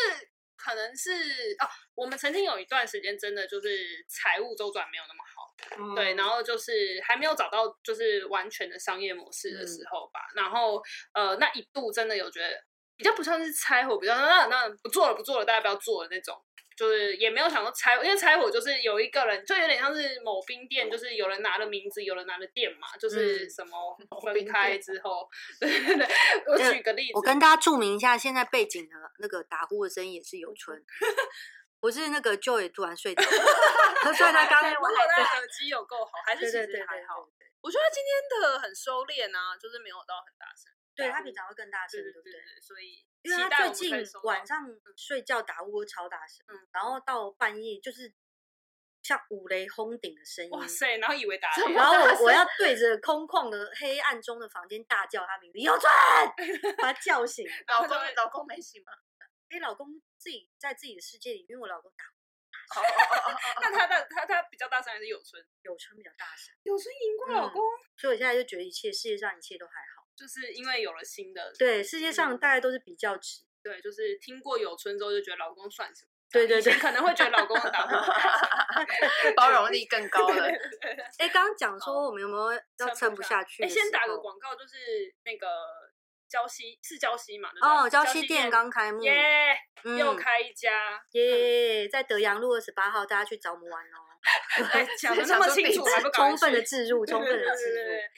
B: 可能是哦，我们曾经有一段时间真的就是财务周转没有那么好，
C: 嗯
B: 对，然后就是还没有找到就是完全的商业模式的
C: 嗯
B: 时候吧，然后呃，那一度真的有觉得比较不像是拆伙，比较那那不做了不做了，大家不要做了那种。就是也没有想到拆伙，因为拆伙就是有一个人，就有点像是某冰店，就是有人拿了名字，有人拿了店嘛，就是
C: 嗯
B: 什么
A: 冰
B: 分
A: 店
B: 开之后， 对对对，我
C: 呃
B: 举个例子，
C: 啊我跟大家注明一下，现在背景的那个打呼的声音也是 有春，不是那个 Joy 突然睡着了， 他虽然他刚
B: 对
C: 才
B: 如果
C: 还在
B: 他耳机有够好，还是
C: 对
B: 其
C: 对对
B: 实
C: 对
B: 还好
C: 对。
B: 我觉得今天的很收敛啊，就是没有到很大声。
C: 对
B: 打
C: 他
B: 呼
C: 平常会更大声，
B: 对
C: 对不
B: 对
C: 对？
B: 对，所以
C: 因为
B: 期
C: 他
B: 待
C: 最
B: 我们可以
C: 近
B: 收到
C: 晚上睡觉打呼超大声，
B: 嗯
C: 然后到半夜就是像五雷轰顶的声音。
B: 哇塞，然后以为打雷，
C: 然后我我要对着空旷的黑暗中的房间大叫他名字，有春，把他 叫醒。
A: 老公老公没醒吗？
C: 哎，老公自己在自己的世界里，因为我老公打
A: 哦
C: 呼
B: 那他的他他比较大声还是有春？
C: 有春比较大声，
B: 有春赢过老
C: 老
B: 公
C: 公，所以我现在就觉得一切世界上一切都还好。
B: 就是因为有了新的
C: 对，世界上
B: 嗯
C: 大概都是比较值。
B: 对，就是听过有春之后就觉得老公算什么？
C: 对对
B: 以前
C: 对
B: 可能会觉得老公 的打呼很大声。
A: 包容力更高了。
C: 哎，刚刚讲
B: 哦
C: 说我们有没有要撑不下去
B: 哎，
C: 的时候？
B: 先打个广告，就是那个胶西是胶西嘛？对不对
C: 哦，
B: 胶
C: 礁溪店刚开幕，
B: 耶，
C: 嗯
B: 又开嗯一 家，
C: 耶，在德阳路二十八号，大家去找我们玩哦。
B: 哎讲的那
A: 想
B: 么
A: 说
B: 清
A: 地
B: 楚，
A: 址
B: 还不赶快
C: 充分的
B: 去
C: 置入，
B: 对
C: 充
B: 对
C: 分的
B: 对
C: 置入。
B: 对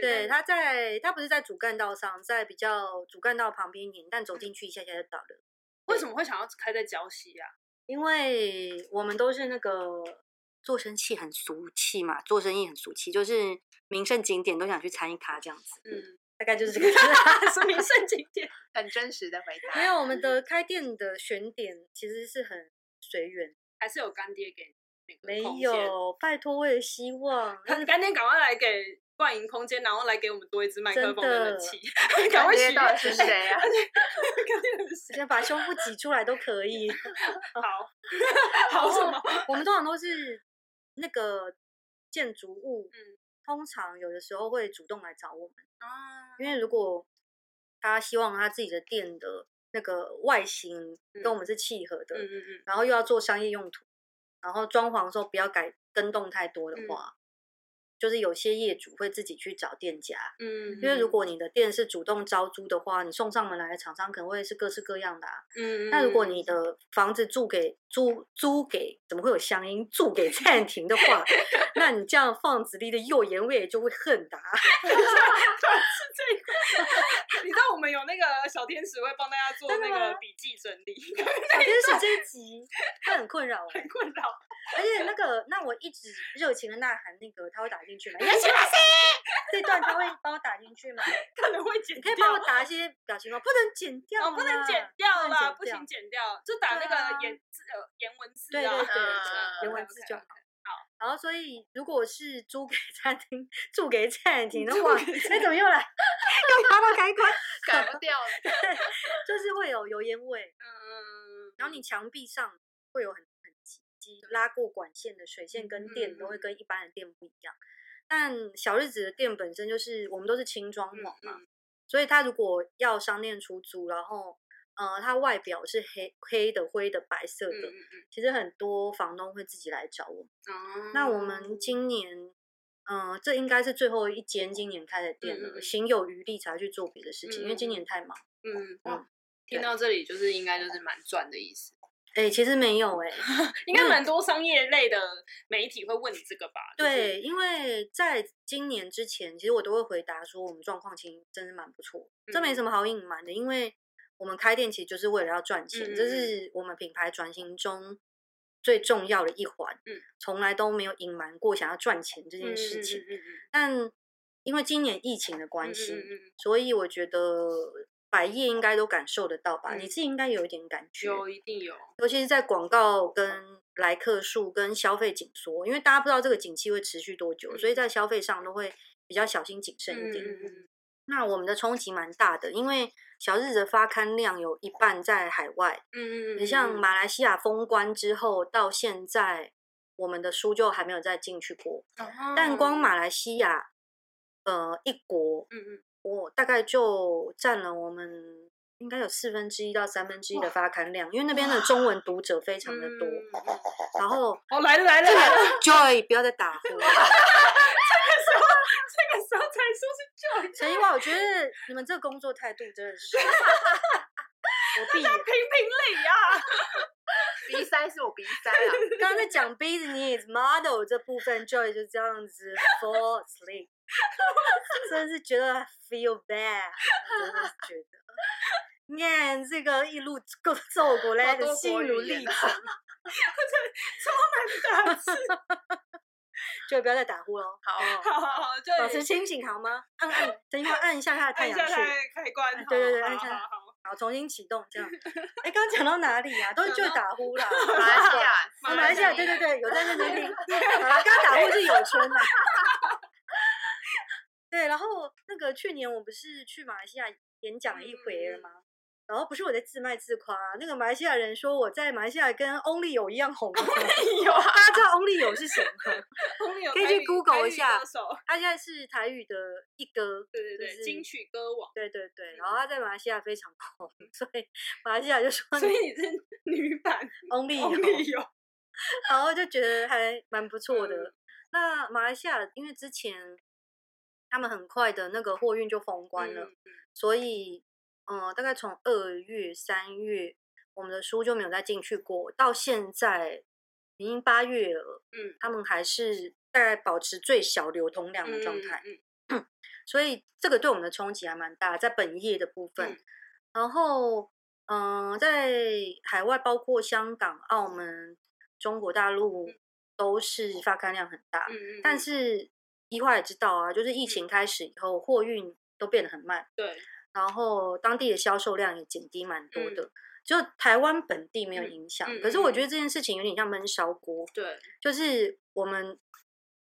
C: 对，
B: 对，
C: 它在它不是在主干道上，在比较主干道旁边一点，但走进去一下下就到了。
B: 为什么会想要开在礁溪啊？
C: 因为我们都是那个做生气很俗气嘛，做生意很俗气，就是名胜景点都想去参一咖这样子。
B: 嗯，
C: 大概 就是这个。
B: 说明圣景点，
A: 很真实的回答。
C: 没有，我们的开店的选点其实是很随缘，
B: 还是有干爹给那个
C: 没
B: 空间，
C: 有，拜托我也希望，
B: 干干爹赶快来给冠营空间，然后来给我们多一支麦克
C: 真
B: 风的
C: 的
B: 冷气， 赶快哎
A: 干爹
B: 许
A: 到
B: 愿
A: 底是谁啊？
B: 干爹是谁？
C: 先把胸部挤出来都可以。
B: 好，好什么？
C: 我们通常都是那个建筑物，
B: 嗯
C: 通常有的时候会主动来找我们，
B: 啊，
C: 因为如果他希望他自己的店的那个外形跟我们是契合的，
B: 嗯嗯嗯，
C: 然后又要做商业用途，然后装潢的时候不要改跟动太多的
B: 嗯
C: 话，就是有些业主会自己去找店家，
B: 嗯
C: 因为如果你的店是主动招租的话，你送上门来的厂商可能会是各式各样的、啊。
B: 嗯，
C: 那如果你的房子租给租租给，怎么会有乡音？租给暂停的话，那你这样放子力的右眼尾就会 很大。
B: 你知道我们有那个小天使会帮大家做
C: 真的
B: 那个
C: 吗
B: 笔记整理，
C: 小天使这一集，他很困扰我、欸
B: 很困扰。
C: 而且那个，那我一直热情的呐喊，那个他会打 进去吗？你要喜欢谁？这段他会帮我打进去吗？
B: 可能会剪
C: 你
B: 掉，
C: 可以帮我打一些表情包，不能剪掉、
B: 哦，不能剪。掉
C: 不能
B: 啦，
C: 剪
B: 不
C: 掉
B: 行剪掉，就打那
C: 对啊
B: 个颜字呃颜文字
C: 对
B: 啊，
C: 对
A: 嗯
C: 对，对颜文字就好。然后，所以如果是租给 餐厅、住给 餐厅的话，那怎么 又来？干嘛到开关？
A: 改不掉了。
C: 就是会有油烟味，
B: 嗯，
C: 然后你墙壁上会有很很挤积拉过管线的
B: 嗯
C: 水线跟电都会跟一般的电不一样。但小日子的店本身就是我们都是轻装
B: 嗯
C: 潢嘛，所以它如果要商店出租，然后呃，它外表是黑黑的、灰的、白色
B: 嗯
C: 的，
B: 嗯嗯
C: 其实很多房东会自己来找我们。
B: 嗯，
C: 那我们今年，嗯、这应该是最后一间今年开的店
B: 嗯嗯
C: 了，
B: 嗯
C: 心有余力才去做别的事情，因为
B: 嗯嗯
C: 今年太忙。
B: 嗯哇
C: 嗯，
B: 听到这里就是应该就是蛮赚的意思，
C: 哎、其实没有哎、
B: 应该蛮多商业类的媒体会问你这个吧？就是，
C: 对，因为在今年之前，其实我都会回答说，我们状况其实真的蛮不错，这没
B: 嗯
C: 什么好隐瞒的，因为我们开店其实就是为了要赚钱，
B: 嗯嗯
C: 这
B: 嗯
C: 是我们品牌转型中最重要的一环，
B: 嗯，
C: 从来都没有隐瞒过想要赚钱这
B: 这
C: 件事情。
B: 嗯嗯
C: 但因为今年疫情的
B: 嗯
C: 关
B: 嗯
C: 系，
B: 嗯嗯
C: 所以我觉得百业应该都感受得到吧，
B: 嗯
C: 你自己应该有一点感觉，
B: 有一定有，
C: 尤其是在广告跟来客数跟消费紧缩，因为大家不知道这个景气会持续多久，所以在消费上都会比较小心谨慎一点。
B: 嗯
C: 那我们的冲击蛮大的，因为小日子的发刊量有一半在海外，
B: 嗯
C: 你像马来西亚封关之后到现在，我们的书就还没有再进去过。
B: 哦
C: 但光，马来西亚，呃，一国，
B: 嗯嗯，
C: 我大概就占了我们应该有四分之一到三分之一的发刊量，因为那边的中文读者非常的
B: 嗯
C: 多。然 后
B: 哦，来了来 了来了，
C: Joy 不要再打呼
B: 那
C: 了，
B: 个时候才说是 Joy，
C: 陈一华，我觉得你们这个工作态度真的 是，我 闭
B: 评评
C: 眼。
B: 理 啊，
A: 鼻塞是我鼻塞啊，
C: 刚刚在讲 business model 这部分，Joy 就这样 子 fall asleep，真的是觉得 feel bad，真的是觉得。你看这个一路走走过来
A: 好
C: 的
A: 多
C: 心
A: 国
C: 如
A: 语言
C: 历程，就不要再打呼 喽。
A: 好
B: 好好好，就
C: 保持清醒好 吗？按按，等一会儿按一下它的太
B: 按一
C: 阳
B: 下
C: 穴，
B: 开开关，
C: 哎
B: 好
C: 对对对
B: 好
C: 按一
B: 好
C: 下
B: 好好
C: 然后重新启动这样。哎，刚刚讲到哪里啊？都是
B: 讲
C: 就
B: 到
C: 打呼啦。
A: 马来西亚，
C: 马来西亚，对对对，有在认真听。好啦刚刚打呼是有春嘛？对，然后那个去年我不是去马来西亚演讲了一回了吗？然后不是我在自卖自夸、啊那个马来西亚人说我在马来西亚跟 Only 友一样红。Only 友，大家知道 Only 友是谁吗？可以去 Google 一下他现在是台语的一哥，
B: 对对
C: 就
B: 对，
C: 是
B: 金曲歌王。
C: 对对对，
B: 嗯
C: 然后他在马来西亚非常红，所以马来西亚就说
B: 所
C: 你
B: 以你是 女版
C: Only 友
B: 理由，
C: 然后就觉得还蛮不错的。
B: 嗯
C: 那马来西亚因为之前他们很快的那个货运就封关了，
B: 嗯
C: 所以嗯、呃大概从二月、三月，我们的书就没有再进去过，到现在已经八月了，
B: 嗯，
C: 他们还是大概保持最小流通量的状态。
B: 嗯
C: 所以这个对我们的冲击还蛮大，在本业的部分。
B: 嗯
C: 然后，嗯、在海外包括香港、澳门、中国大陆都是发刊量很大，
B: 嗯嗯，
C: 啊但是一化也知道啊，就是疫情开始以后，货运都变得很慢，
B: 对，
C: 然后当地的销售量也减低蛮多的。就台湾本地没有影响，
B: 嗯
C: 可是我
B: 嗯
C: 觉得这件事情有点像闷烧锅，
B: 对，
C: 就是我们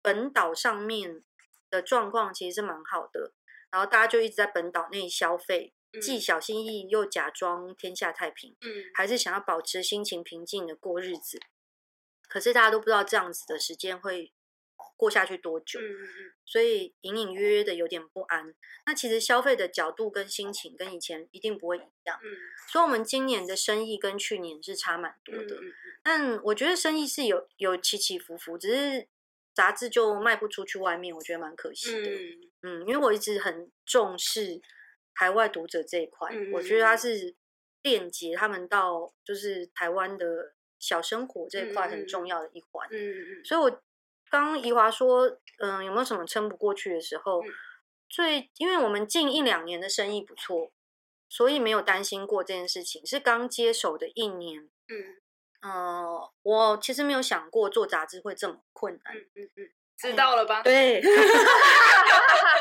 C: 本岛上面的状况其实是蛮好的，然后大家就一直在本岛内消费，
B: 嗯
C: 既小心翼翼又假装天下太平，
B: 嗯，
C: 还是想要保持心情平静的过日子。可是大家都不知道这样子的时间会过下去多久，
B: 嗯嗯
C: 所以隐隐约约的有点不安。那其实消费的角度跟心情跟以前一定不会一样，
B: 嗯
C: 所以我们今年的生意跟去年是差蛮多
B: 嗯，
C: 的。但我觉得生意是有有起起伏伏，只是杂志就卖不出去外面，我觉得蛮可惜的。
B: 嗯，
C: 嗯，因为我一直很重视海外读者这一块，
B: 嗯
C: 我觉得它是链接他们到就是台湾的小生活这一块
B: 嗯嗯
C: 很
B: 嗯
C: 重要的一环。
B: 嗯嗯
C: 所以我刚刚怡华说，嗯、有没有什么撑不过去的时候？
B: 嗯
C: 最因为我们近一两年的生意不错，所以没有担心过这件事情。是刚接手的一年，
B: 嗯
C: 呃，我其实没有想过做杂志会这么困难。
B: 嗯嗯嗯，知道了吧？
C: 哦对，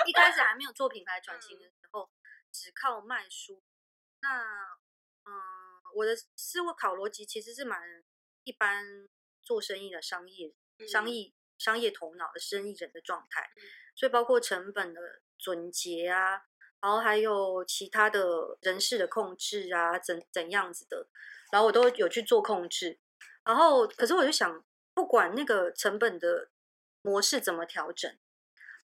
C: 一开始还没有做品牌转
B: 嗯
C: 型的时候，只靠卖书。那嗯、呃我的思维考逻辑其实是蛮一般做生意的商业商
B: 嗯
C: 业商业头脑的生意人的状态，所以包括成本的总结啊，然后还有其他的人事的控制啊，怎怎样子的，然后我都有去做控制。然后，可是我就想，不管那个成本的模式怎么调整，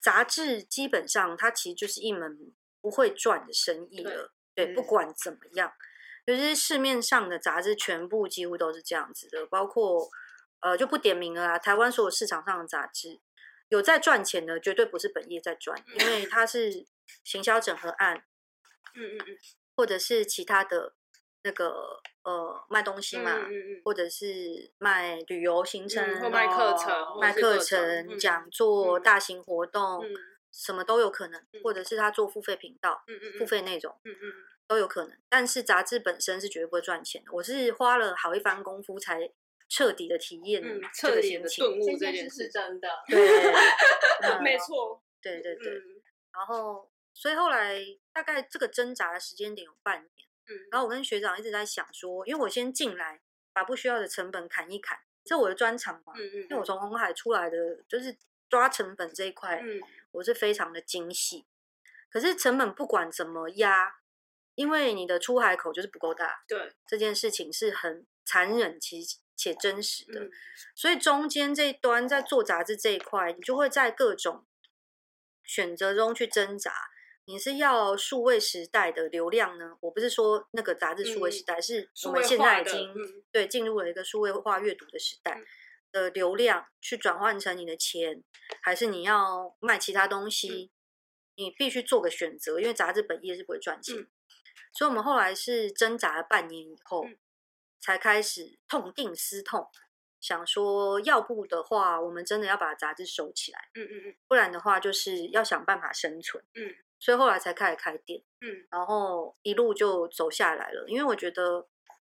C: 杂志基本上它其实就是一门不会赚的生意
B: 对
C: 了。对，不
A: 嗯
C: 管怎么样，尤其是市面上的杂志，全部几乎都是这样子的，包括呃就不点名了啊，台湾所有市场上的杂志，有在赚钱的，绝对不是本业在赚，因为它是行销整合案，
B: 嗯嗯嗯
C: 或者是其他的那个呃卖东西
B: 嗯
C: 嘛，
B: 嗯嗯
C: 或者是卖旅游行程、
B: 或卖课程
C: 哦
B: 或
C: 卖
B: 是
C: 课
B: 各种
C: 程、
B: 嗯
C: 讲座、
B: 嗯
C: 大型活动，
B: 嗯
C: 什么都有可能，或者是他做付费频道、
B: 嗯嗯，
C: 付费内容。
B: 嗯嗯
C: 都有可能，但是杂志本身是绝对不会赚钱的。我是花了好一番功夫才彻底的体验
B: 嗯，
C: 这
B: 彻
C: 个
B: 底
C: 心
B: 的
C: 情。
B: 顿悟
A: 这
B: 这
A: 件
B: 件
A: 事是
B: 事，
A: 真的，
C: 对，
B: 没
C: 嗯
B: 错，
C: 对对对。
B: 嗯
C: 然后，所以后来大概这个挣扎的时间点有半年。
B: 嗯，
C: 然后我跟学长一直在想说，因为我先进来，把不需要的成本砍一砍，这我的专长嘛。
B: 嗯嗯，
C: 因为我从红海出来的，就是抓成本这一块，
B: 嗯
C: 我是非常的精细。可是成本不管怎么压，因为你的出海口就是不够大，
B: 对
C: 这件事情是很残忍其且真实的。
B: 嗯
C: 所以中间这一端在做杂志这一块，你就会在各种选择中去挣扎。你是要数位时代的流量呢？我不是说那个杂志数位时
B: 嗯
C: 代，是我
B: 数
C: 们
B: 位
C: 现
B: 化
C: 在已
B: 的
C: 经、
B: 嗯
C: 对进入了一个数位化阅读的时代
B: 嗯
C: 的流量，去转换成你的钱，还是你要卖其他
B: 嗯
C: 东西？你必须做个选择，因为杂志本业是不会赚钱。
B: 嗯
C: 所以我们后来是挣扎了半年以后，
B: 嗯
C: 才开始痛定思痛，想说，要不的话，我们真的要把杂志收起来，
B: 嗯嗯
C: 不然的话，就是要想办法生存。
B: 嗯，
C: 所以后来才开始开店，
B: 嗯
C: 然后一路就走下来了。因为我觉得，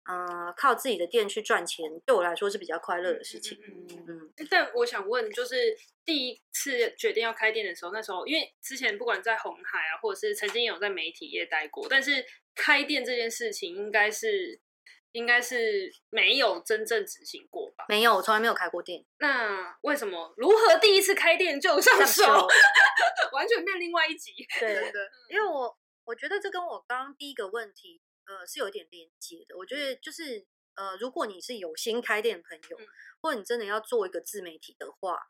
C: 呃，靠自己的店去赚钱，对我来说是比较快乐的事情。
B: 嗯嗯嗯
C: 嗯，
B: 嗯，但我想问，就是第一次决定要开店的时候，那时候因为之前不管在红海啊，或者是曾经有在媒体业待过，但是开店这件事情应该是应该是没有真正执行过吧？
C: 没有，我从来没有开过店，
B: 那为什么如何第一次开店就上手，
C: 上手
B: 完全变另外一集？
A: 真
C: 对，
A: 的，
C: 因为我我觉得这跟我刚刚第一个问题，呃，是有点连接的。我觉得就是，呃，如果你是有心开店的朋友，
B: 嗯
C: 或者你真的要做一个自媒体的话，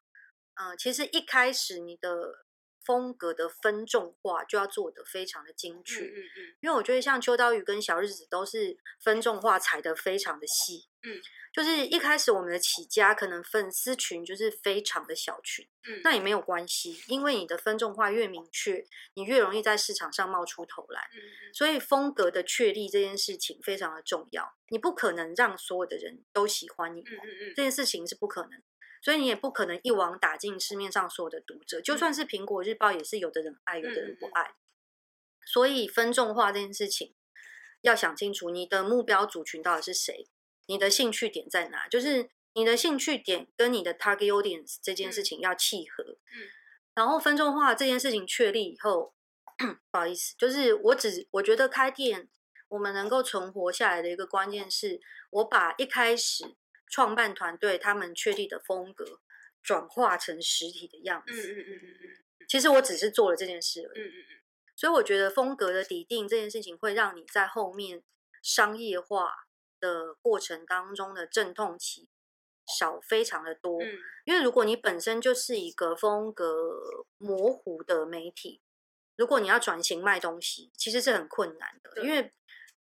C: 呃，其实一开始你的风格的分众化就要做得非常的精确，
B: 嗯
C: 因为我觉得像秋刀鱼跟小日子都是分众化踩得非常的细，
B: 嗯，
C: 就是一开始我们的起家可能粉丝群就是非常的小群，
B: 嗯
C: 那也没有关系，因为你的分众化越明确，你越容易在市场上冒出头来，
B: 嗯嗯
C: 所以风格的确立这件事情非常的重要，你不可能让所有的人都喜欢你，
B: 嗯嗯
C: 这件事情是不可能。所以你也不可能一网打尽市面上所有的读者，就
B: 嗯
C: 算是苹果日报，也是有的人爱，有的人不
B: 嗯嗯嗯
C: 爱。所以分众化这件事情，要想清楚你的目标族群到底是谁，你的兴趣点在哪，就是你的兴趣点跟你的 target audience 这件事
B: 嗯
C: 情要契合。然后分众化这件事情确立以后， 不好意思，就是我只我觉得开店我们能够存活下来的一个关键是，我把一开始创办团队他们确立的风格转化成实体的样
B: 嗯
C: 子。
B: 嗯嗯嗯
C: 其实我只是做了这件事而已。
B: 嗯
C: 所以我觉得风格的底定这件事情，会让你在后面商业化的过程当中的阵痛期少非常的多。
B: 嗯
C: 因为如果你本身就是一个风格模糊的媒体，如果你要转型卖东西，其实是很困难的，
B: 对
C: 因为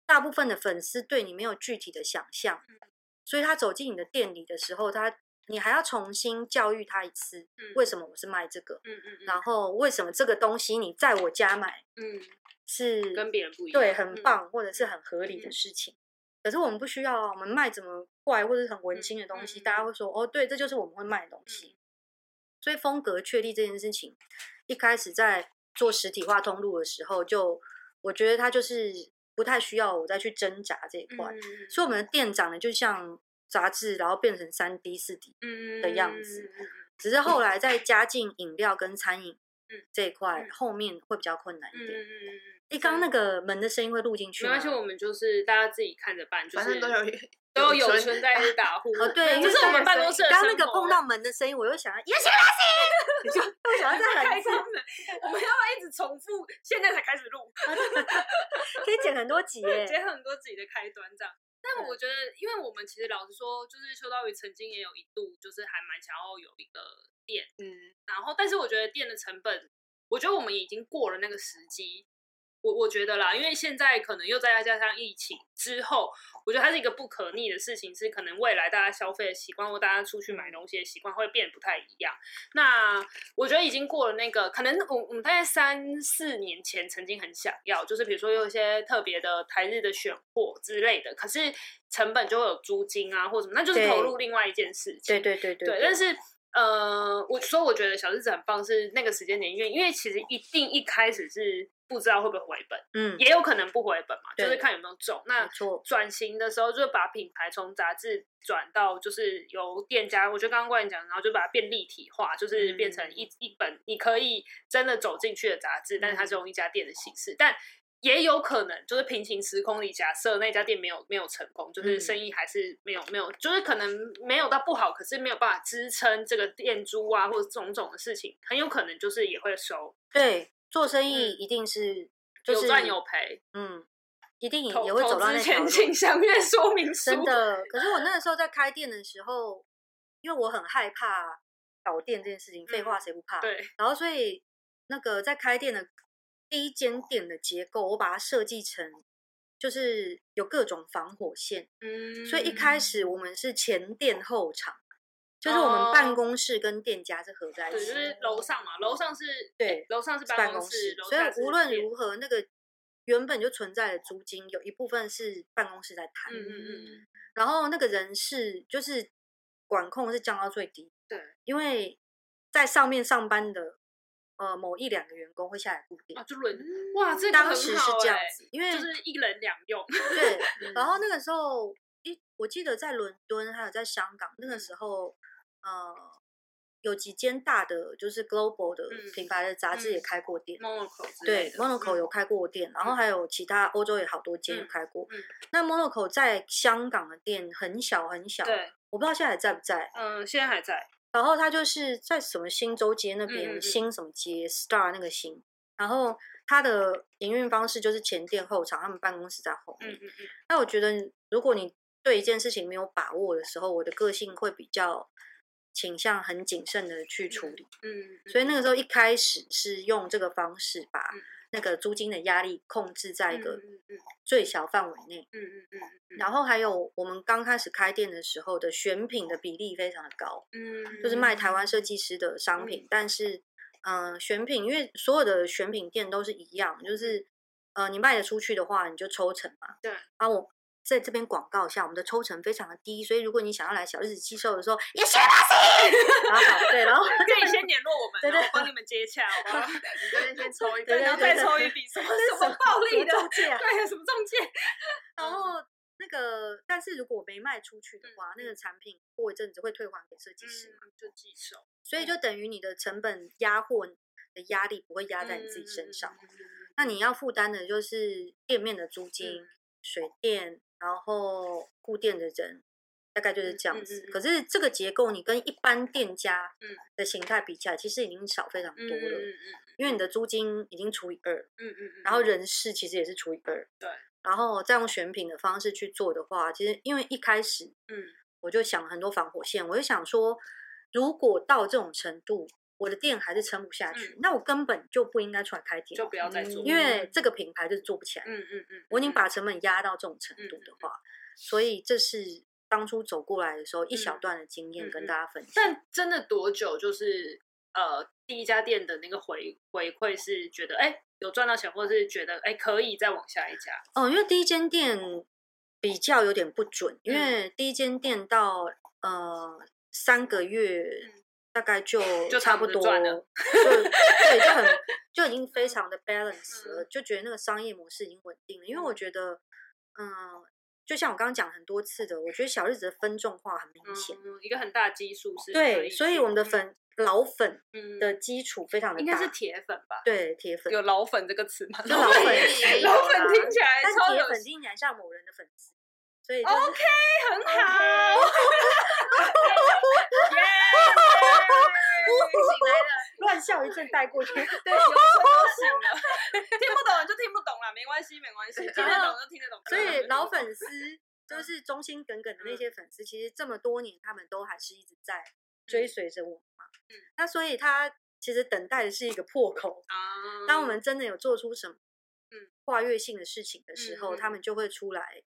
C: 大
B: 嗯
C: 部分的粉丝对你没有具体的想象，所以他走进你的店里的时候，他你还要重新教育他一次，
B: 嗯
C: 为什么我是卖这个，
B: 嗯嗯
C: 然后为什么这个东西你在我家买
B: 嗯，
C: 是
B: 跟别人不一样，
C: 对很
B: 嗯，
C: 棒、或者是很合理的
B: 嗯
C: 事情。可是我们不需要啊，我们卖怎么怪或者是很文
B: 嗯
C: 青的东
B: 嗯
C: 西，
B: 嗯
C: 大家会说哦，对，这就是我们会卖的东西。所以风格确立这件事情，一开始在做实体化通路的时候就，我觉得它就是不太需要我再去挣扎这一块。
B: 嗯
C: 所以我们的店长呢，就像杂志，然后变成三 D、四 D，
B: 嗯
C: 的样子，只是后来再加进饮料跟餐饮
B: 嗯
C: 这一块，
B: 嗯
C: 后面会比较困难
B: 嗯
C: 一
B: 嗯嗯
C: 点。
B: 嗯嗯嗯，
C: 诶，刚刚那个门的声音会录进去
B: 没
C: 吗？
B: 关系，我们就是大家自己看着办，就
A: 反正
B: 是
A: 都有
B: 都有
A: 存
B: 存在打呼，
C: 哦，对，因
B: 就
C: 为
B: 是我
C: 刚
B: 们办公室的
C: 刚那个
B: 生活
C: 碰到门的声音，我又想要也行 啦行， 就又想要再喊
B: 开
C: 一次
B: 关，门，我们要不要一直重复？现在才开始录，
C: 可以剪很多集耶。
B: 结合很多自己的开端这样。但
C: 对
B: 我觉得，因为我们其实老实说，就是邱道宇曾经也有一度，就是还蛮想要有一个店，
A: 嗯，
B: 然后但是我觉得店的成本，我觉得我们已经过了那个时机。我我觉得啦，因为现在可能又再加上疫情之后，我觉得它是一个不可逆的事情，是可能未来大家消费的习惯或大家出去买东西的习惯会变得不太一样。那我觉得已经过了那个，可能我我们大概三四年前曾经很想要，就是比如说有一些特别的台日的选货之类的，可是成本就会有租金啊或什么，那就是投
C: 对
B: 入另外一件事情。
C: 对对对对
B: 对，但是呃，我所以我觉得小日子很棒，是那个时间点，因为因为其实一定一开始是不知道会不会回本，
C: 嗯，
B: 也有可能不回本嘛，就是
C: 对
B: 看有没有中。
C: 没
B: 那
C: 错，
B: 转型的时候，就是把品牌从杂志转到就是由店家，我觉得刚刚冠你讲，然后就把它变立体化，就是变
C: 嗯
B: 成一、一本你可以真的走进去的杂志，但是它是
C: 嗯
B: 用一家店的形式，但。也有可能就是平行时空里，假设那家店没有没有成功，就是
C: 嗯
B: 生意还是没有没有，就是可能没有到不好，可是没有办法支撑这个店租啊，或者种种的事情，很有可能就是也会收，
C: 对，做生意
B: 嗯
C: 一定是就是
B: 有赚有赔，
C: 嗯，一定也
B: 投
C: 也会走
B: 投
C: 到那
B: 资
C: 条
B: 前
C: 路。
B: 请详阅说明书。
C: 真的，可是我那个时候在开店的时候，因为我很害怕倒店这件事情，废话
B: 嗯
C: 谁不怕？
B: 对，
C: 然后所以那个在开店的第一间店的结构，我把它设计成就是有各种防火线，
B: 嗯
C: 所以一开始我们是前店后厂，就是我们办
B: 哦
C: 公室跟店家是合在一
B: 对，就
C: 起。
B: 是楼上嘛，楼上是哎
C: 对
B: 楼上是
C: 办
B: 公
C: 公室，
B: 楼
C: 所
B: 下
C: 以
B: 是
C: 无论
B: 店
C: 如何，那个原本就存在的租金有一部分是办公室在谈，
B: 嗯嗯嗯，
C: 然后那个人事就是管控是降到最低，
B: 对，
C: 因为在上面上班的呃某一两个员工会下来固定
B: 啊，，就
A: 嗯
B: 轮哇，这个
C: 当
B: 很
C: 时是
B: 好
C: 这样
B: 欸
C: 子，因为
B: 就是一人两用，
C: 对，然
B: 嗯
C: 后那个时候一我记得在伦敦还有在香港那个时候，呃。有几间大的就是 global 的
B: 嗯
C: 品牌的杂志也
B: 嗯
C: 开过店，
B: monocle 之类
C: 对
B: 的
C: ，Monaco
B: 嗯
C: 有开过店，然后还有其他欧洲也好多间有
B: 嗯
C: 开过
B: 嗯。
C: 那 Monaco 在香港的店很小很小，
B: 对，
C: 我不知道现在还在不在。
B: 嗯，现在还在，
C: 然后它就是在什么新洲街那
B: 嗯嗯
C: 边，
B: 嗯
C: 新什么街 Star 那个新，然后它的营运方式就是前店后厂，他们办公室在后
B: 嗯
C: 面
B: 嗯。嗯，
C: 那我觉得，如果你对一件事情没有把握的时候，我的个性会比较倾向很谨慎的去处理。
B: 嗯，
C: 所以那个时候一开始是用这个方式把
B: 嗯
C: 那个租金的压力控制在一
B: 嗯
C: 个
B: 嗯嗯
C: 最小范围内。
B: 嗯嗯嗯嗯
C: 然后还有我们刚开始开店的时候的选品的比例非常的高，
B: 嗯，
C: 就是卖台湾设计师的
B: 嗯
C: 商品，但是嗯、呃选品因为所有的选品店都是一样，就是呃你卖得出去的话你就抽成嘛。
B: 嗯对。
C: 啊我。在这边广告一下，我们的抽成非常的低，所以如果你想要来小日子寄售的时候，也行 吧，然后啊对，然后
B: 可以先联络我们，
C: 对对
B: 然后帮你们接洽，好不好？
A: 你这边先抽一
C: 对
A: 根，
C: 对
B: 然后再抽一笔什么什么暴
C: 什
B: 利
C: 么
B: 的，
C: 中 介啊
B: 对，什么中介，
C: 然
B: 嗯
C: 后那个，但是如果我没卖出去的话，那个产品过一阵子会退还给设计师，
B: 嗯，就寄手
C: 所以就等于你的成本压货的压力不会压在你自己身上。，
B: 嗯嗯嗯嗯
C: 那你要负担的就是店面的租金、水电，然后雇店的人，大概就是
B: 嗯
C: 这样
B: 嗯
C: 子。
B: 嗯嗯
C: 可是这个结构，你跟一般店家
B: 嗯
C: 的形态比起来，其实已经少非常多
B: 嗯嗯嗯
C: 了，
B: 嗯
C: 因为你的租金已经除以二了。
B: 嗯嗯嗯，
C: 然后人事其实也是除以二，
B: 对，
C: 然后再用选品的方式去做的话，其实因为一开始
B: 嗯。
C: 我就想很多防火线，我就想说，如果到这种程度，我的店还是撑不下去，那我根本就不应该出来开店，
B: 嗯
C: 啊
B: 就不要再做，
C: 嗯因为这个品牌就是做不起来，
B: 嗯嗯嗯，
C: 我已经
B: 嗯
C: 把成本压到这种程
B: 嗯
C: 度的话，所以这是当初走过来的时候一小
B: 嗯
C: 段的经验
B: 嗯
C: 跟
B: 嗯
C: 大家分享。
B: 但真的多久？就是呃，第一家店的那个回回馈是觉得哎、有赚到钱，或者是觉得哎、可以再往下一家。
C: 哦，因为第一间店比较有点不准，因
B: 嗯
C: 为第一间店到呃三个月
B: 嗯
C: 大概就
B: 就差
C: 差
B: 不
C: 不
B: 多
C: 多，
B: 赚了嗯
C: 就对，就很就已经非常的 balance 了，就觉得那个商业模式已经稳定了。因为我觉得，嗯、就像我刚刚讲很多次的，我觉得小日子的分众化很明显，
B: 嗯，一个很大基数是可
C: 对，所以
B: 去
C: 我们的粉老粉
B: 嗯
C: 的基础非常的
B: 应
C: 大，
B: 该是铁粉吧？
C: 对铁粉，
B: 有老粉这个词吗？
C: 就老粉
A: 也有
B: 老
A: 啦
B: 粉听起来
C: 但
B: 超
C: 铁
B: 有哦
C: 粉听起来像某人的粉丝，所以就是
B: OK，很好。耶！
A: 醒来了，
C: 乱笑一阵带过去。
B: 对，有春都醒了，听不懂的就听不懂啦，没关系，没关系，听得懂就听得懂。
C: 所以老
B: 粉
C: 粉丝
B: 嗯
C: 就是忠心耿耿的那些粉丝，其实这么多年他们都还是一直在追随着我嘛。
B: 嗯
C: 那所以他其实等待的是一个破口。
B: 啊，
C: 当我们真的有做出什么
B: 嗯
C: 跨越性的事情的时候，
B: 嗯嗯
C: 他们就会出来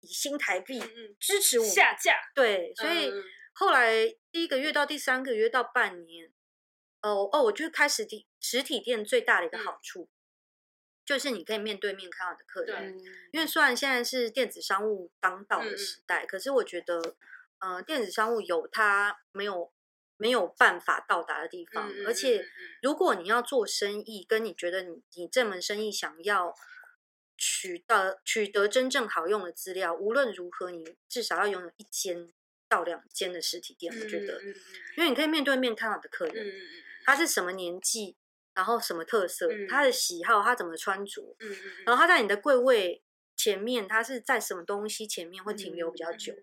C: 以新台币
B: 嗯
C: 支持
B: 嗯
C: 我们。
B: 下架，
C: 对，所以
B: 嗯
C: 后来第一个月到第三个月到半年，呃，哦，我觉得开实体实体店最大
B: 嗯
C: 的一个好处，就是你可以面对面看到你的客人。
A: 嗯
B: 对
C: 因为虽然现在是电子商务当道
B: 嗯嗯
C: 的时代，可是我觉得，呃，电子商务有它没有没有办法到达的地方，
B: 嗯嗯
C: 而
B: 嗯
C: 且
B: 嗯
C: 如果你要做生意，跟你觉得你你这门生意想要取得取得真正好用的资料，无论如何，你至少要拥有一间到两间的实体店，我觉得，
B: 嗯
C: 因为你可以面对面看到你的客
B: 嗯嗯
C: 人，
B: 嗯
C: 他是什么年纪，然后什么特色，
B: 嗯
C: 他的喜好，他怎么穿着。
B: 嗯嗯，
C: 然后它在你的柜位前面，它是在什么东西前
B: 嗯
C: 面会停留比较久？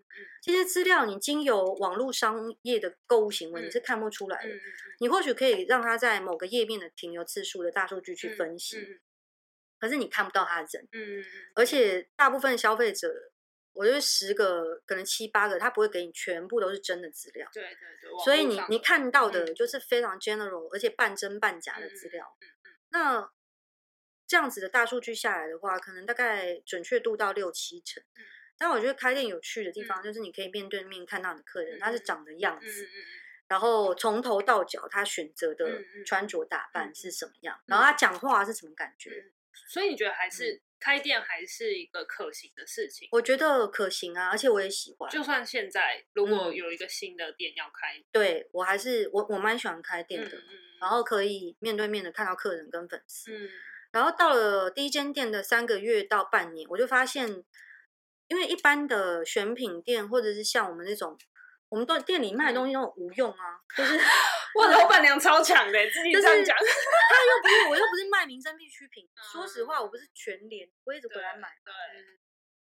C: 这些资料你经由网络商业的购物行为，你是看不出来
B: 嗯
C: 的。
B: 嗯
C: 你或许可以让它在某个页面的停留次数的大数据去
B: 嗯
C: 分析，
B: 嗯
C: 可是你看不到它的人，
B: 嗯嗯
C: 而且大部分消费者。我觉得十个可能七八个，他不会给你全部都是真的资料，
B: 对对对，
C: 所以你你看到的
B: 嗯
C: 就是非常 general，而且半真半假的资
B: 嗯
C: 料。那这样子的大数据下来的话，可能大概准确度到六七成。
B: 嗯
C: 但我觉得开店有趣的地方就是你可以面对面看到你的客人，他是
B: 嗯嗯
C: 长的样
B: 嗯
C: 子，
B: 嗯
C: 然后从头到脚他选择的
B: 嗯嗯
C: 穿着打
B: 嗯
C: 扮是什么样，然
B: 嗯
C: 后他讲话是什么感觉。
B: 所以你觉得还是、开店还是一个可行的事情？
C: 我觉得可行啊，而且我也喜
B: 嗯
C: 欢。
B: 就算现在如果
C: 嗯
B: 有一个新的店要开，
C: 对我还是我我蛮喜欢开店
B: 嗯
C: 的，
B: 嗯
C: 然后可以面对面的看到客人跟粉丝。
B: 嗯
C: 然后到了第一间店的三个月到半年，我就发现，因为一般的选品店或者是像我们这种，我们都店里卖的
B: 嗯
C: 东西都很无用啊，就是
B: 哇，老板娘超强的，自己
C: 就
B: 这
C: 是
B: 样讲，
C: 他又不是我又不是卖民生必需品，说实话我不是全联，我一直回来买，
B: 嗯对，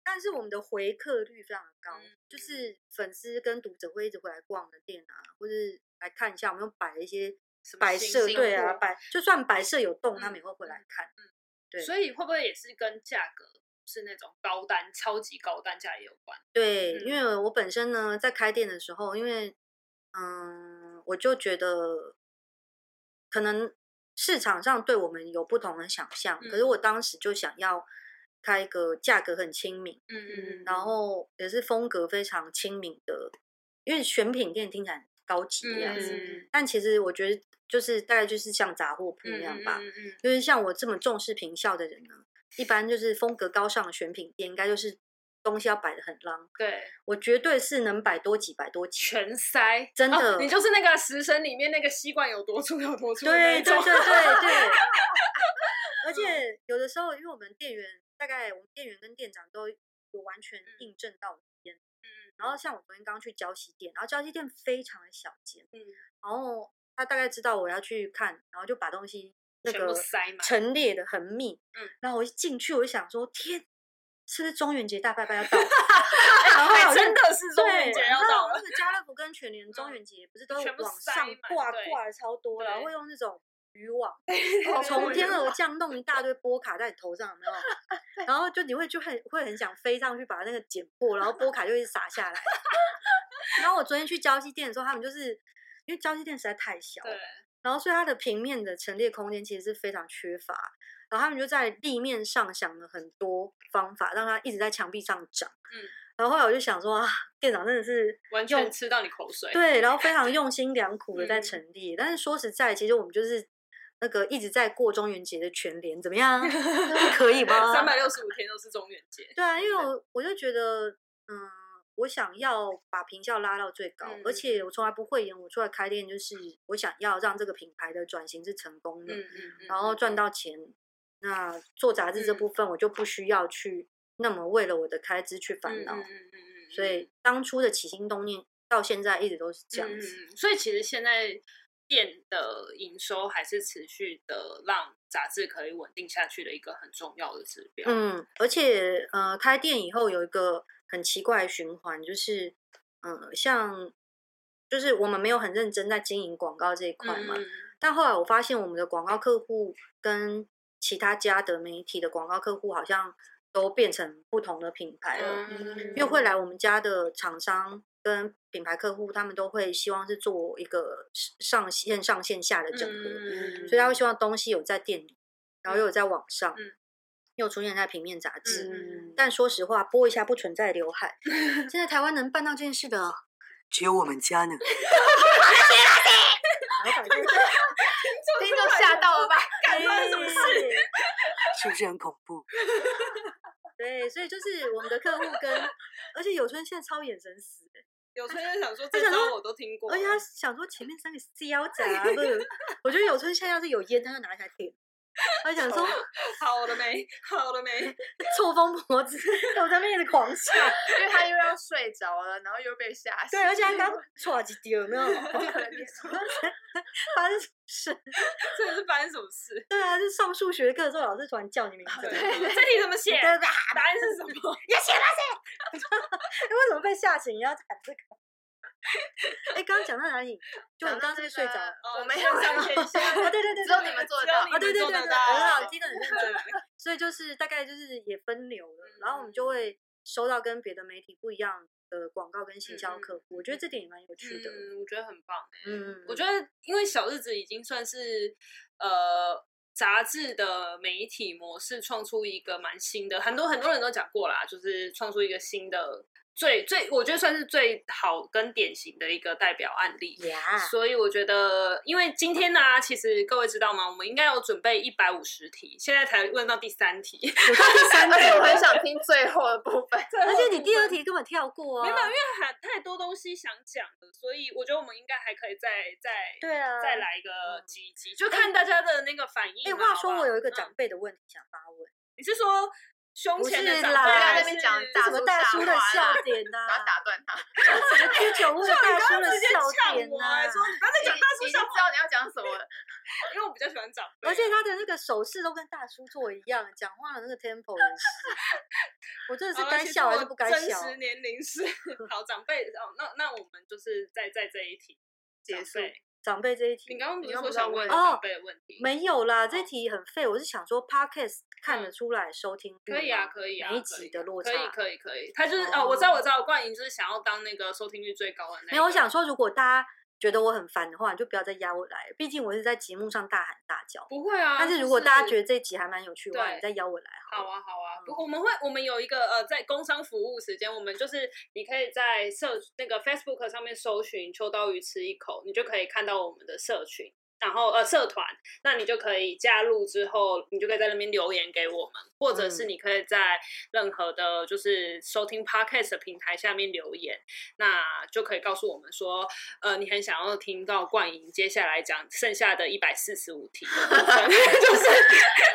C: 但是我们的回客率非常的高
B: 嗯，
C: 就是粉丝跟读者会一直回来逛我的店啊，或是来看一下我们有摆了一些
B: 什么
C: 摆
B: 新
C: 设，
B: 新
C: 对啊，
B: 货
C: 摆就算摆设有动，他
B: 嗯
C: 们也会回来看。对
B: 所以会不会也是跟价格是那种高单、超级高单价也有关？
C: 对，因
B: 嗯
C: 为我本身呢，在开店的时候，因为嗯，我就觉得可能市场上对我们有不同的想象，可是我
B: 嗯
C: 当时就想要开一个价格很亲民，
B: 嗯嗯
C: 然后也是风格非常亲民的，因为选品店听起来很高级的样子，
B: 嗯
C: 但其实我觉得就是大概就是像杂货铺那
B: 嗯
C: 样吧，
B: 嗯嗯
C: 因为像我这么重视平效的人呢，一般就是风格高尚的选品店，应该就是东西要摆的很浪。
B: 对，
C: 我绝对是能摆多几，摆多几。
B: 全塞，
C: 真的
B: 哦你就是那个食神里面那个吸管有多粗有多粗的那
C: 对
B: 一
C: 对
B: 种嗯
C: 对对对。 而且有的时候，因为我们店员大概我们店员跟店长都有完
B: 嗯
C: 全印证到我的店。嗯。然后像我昨天刚去胶西店，然后胶西店非常的小间，
B: 嗯
C: 然后他大概知道我要去看，然后就把东西那
B: 全部
C: 个
B: 塞满
C: 陈列的很密。
B: 嗯。
C: 然后我一进去，我就想说，天，是不是中元节大拜拜要 到了？然后
B: 哎
C: 我就
B: 真的是中
C: 对，
B: 元
C: 你
B: 节
C: 知
B: 要到
C: 道
B: 了
C: 那，个家乐福跟全联中
B: 嗯
C: 元节不是都
B: 全部
C: 往
B: 塞
C: 上
B: 满
C: 挂
B: 对
C: 挂的超多，然后
B: 对
C: 会用那种渔网
B: 对 对
C: 哦从
B: 对
C: 天
B: 对
C: 而降弄一大堆波卡在你头上，有没有？然后就你会就很会很想飞上去把那个剪破，然后波卡就会洒下来。 然后我昨天去交际店的时候，他们就是因为交际店实在太小了
B: 对，
C: 然后所以它的平面的陈列空间其实是非常缺乏。然后他们就在立面上想了很多方法，让它一直在墙壁上长。
B: 嗯
C: 然后后来我就想说啊，店长真的是
B: 完全吃到你口水。
C: 对，然后非常用心良苦的
B: 嗯
C: 在成立。但是说实在，其实我们就是那个一直在过中元节的全联，怎么样？可 以吗？
B: 三百六十五天都是中元节。
C: 对啊，因为我我就觉得，嗯，我想要把评效拉到最高，
B: 嗯
C: 而且我从来不会演，我出来开店就是我想要让这个品牌的转型是成功的，
B: 嗯嗯嗯，
C: 然后赚到钱。那做杂志这
B: 嗯
C: 部分，我就不需要去那么为了我的开支去烦恼。
B: 嗯嗯嗯嗯嗯，
C: 所以当初的起心动念到现在一直都是这样
B: 嗯
C: 子。
B: 嗯嗯所以其实现在店的营收还是持续的让杂志可以稳定下去的一个很重要的指标。
C: 嗯，而且呃，开店以后有一个很奇怪的循环，就是呃，像就是我们没有很认真在经营广告这一块嘛，
B: 嗯
C: 但后来我发现我们的广告客户跟其他家的媒体的广告客户好像都变成不同的品牌了，
B: 嗯，
C: 因为会来我们家的厂商。跟品牌客户，他们都会希望是做一个上线上线下的整合，
B: 嗯
C: 所以他会希望东西有在店里，然后又有在网上，
B: 嗯
C: 又出现在平面杂志。
B: 嗯
C: 但说实话，播一下不存在刘海，现在台湾能办到这件事的，
D: 只有我们家呢。
C: 老板真的
A: 听就吓到了吧？
B: 干发生什么事？
C: 是
D: 是不是很恐怖？
C: 对，所以就是我们的客户跟，而且有春现在超眼神死欸，
B: 有春就想说，
C: 他
B: 这
C: 想
B: 招
C: 说哎
B: 我都听过，
C: 而且他想说前面三个是胶夹，不是？我觉得有春现在要是有烟，他就拿起来点。他想说
B: 好了没，好了没，
C: 错峰脖子， 我在那边一直狂笑，
A: 因为他因为要睡着了，然后又被吓醒。
C: 对，而且他 刚唰几丢，有没有？
A: 可怜。
C: 他是是
B: 真的是发生什么 事？
C: 对啊，就上数学课的时候，老师突然叫你名字，
B: 啊对，
C: 你
B: 这题怎么写？
C: 在那边啊
B: 答案是什 么？
C: 你写吧写， 为什么被吓醒？你要喊这个？ 哎，刚刚讲到哪里？就我们刚刚是不是睡 着了？
A: 我们
B: 线
A: 要
B: 哦上线下，
C: 啊，对对对，
A: 只有你们做得
B: 只有
A: 到
B: 你
C: 啊，对对
B: 做
C: 对
B: 得
C: 对，
B: 到
C: 很 好，听得很认真。
B: 对
C: 所以就是大概就是也分流了，然后我们
B: 嗯
C: 就会收到跟别的媒体不一样的广告跟行销
B: 嗯
C: 客户，我觉得这点也蛮有趣的。
B: 嗯，我觉得很棒。
C: 嗯，
B: 我觉得，因为小日子已经算是呃杂志的媒体模式创出一个蛮新的，很多很多人都讲过啦，就是创出一个新的最最，我觉得算是最好跟典型的一个代表案例。
C: 呀，
B: 所以我觉得，因为今天呢、其实各位知道吗？我们应该有准备一百五十题，现在才问到第三题，
C: 我到第三
A: 而且
C: 点
A: 我很
C: 了，
A: 想听最后的部分。
C: 而
B: 而
C: 且你第二题根本跳过
B: 没有，因
C: 啊。
B: 为还太多东西想讲了，所以我觉得我们应该还可以再再
C: 对啊，
B: 再。来一个几集，就看大家的那个反应
C: 哎，
B: 啦。
C: 话说
B: 好不好
C: 我有一个
B: 嗯
C: 长辈的问题想发问。
B: 你是说胸前的
C: 不是
B: 长辈
C: 啦
B: 还
A: 在那边
B: 是
A: 讲大
C: 什
A: 叔
C: 么大叔的
A: 话啦
B: 啊
C: 笑点呐、
A: 然后打断他，
C: 什么居酒屋的大叔的
B: 直接
C: 笑
B: 呛
C: 点
B: 我、
C: 呐、
B: 欸，说你不要再讲大叔
A: 已经
B: 笑
A: 知道你要讲什么了。
B: 话，因为我比较喜欢长辈。
C: 而且他的那个手势都跟大叔做一样，讲话的那个 tempo 也是。 我真的是
B: 好了
C: 该
B: 其实
C: 笑还
B: 我
C: 是不该
B: 真
C: 笑？啊
B: 实年龄 是好长辈哦，那那我们就是在在这一题
C: 结
B: 长
C: 束
B: 辈
C: 长辈这一
B: 你哦
C: 题
B: 刚刚不是
A: 你刚
B: 说
A: 不是要
B: 想问
A: 问
C: 哦
B: 长辈的问题？
C: 没有啦，这题很废。我是想说，podcast 看得出来收听
B: 嗯
C: 率
B: 可以啊，
C: 吗
B: 可以啊，
C: 每一
B: 可以
C: 集的落差
B: 可以，可以，可以。他就是哦，我知道，我知道，冠莹就是想要当那个收听率最高的那个。
C: 没有，我想说，如果大家觉得我很烦的话，你就不要再压我来了，毕竟我是在节目上大喊大叫。
B: 不会啊。
C: 但是如果大家
B: 就是
C: 觉得嗯这集还蛮有趣的话，
B: 对
C: 你再邀我来好
B: 好
C: 了。
B: 啊，好啊，不过我们会，我们有一个呃，在工商服务时间，我们就是你可以在社那个 Facebook 上面搜寻“秋刀鱼吃一口”，你就可以看到我们的社群，然后呃社团，那你就可以加入之后，你就可以在那边留言给我们，或者是
C: 嗯
B: 你可以在任何的就是收听 Podcast 的平台下面留言，那就可以告诉我们说，呃，你很想要听到冠莹接下来讲剩下的一百四十五题的部 分，就是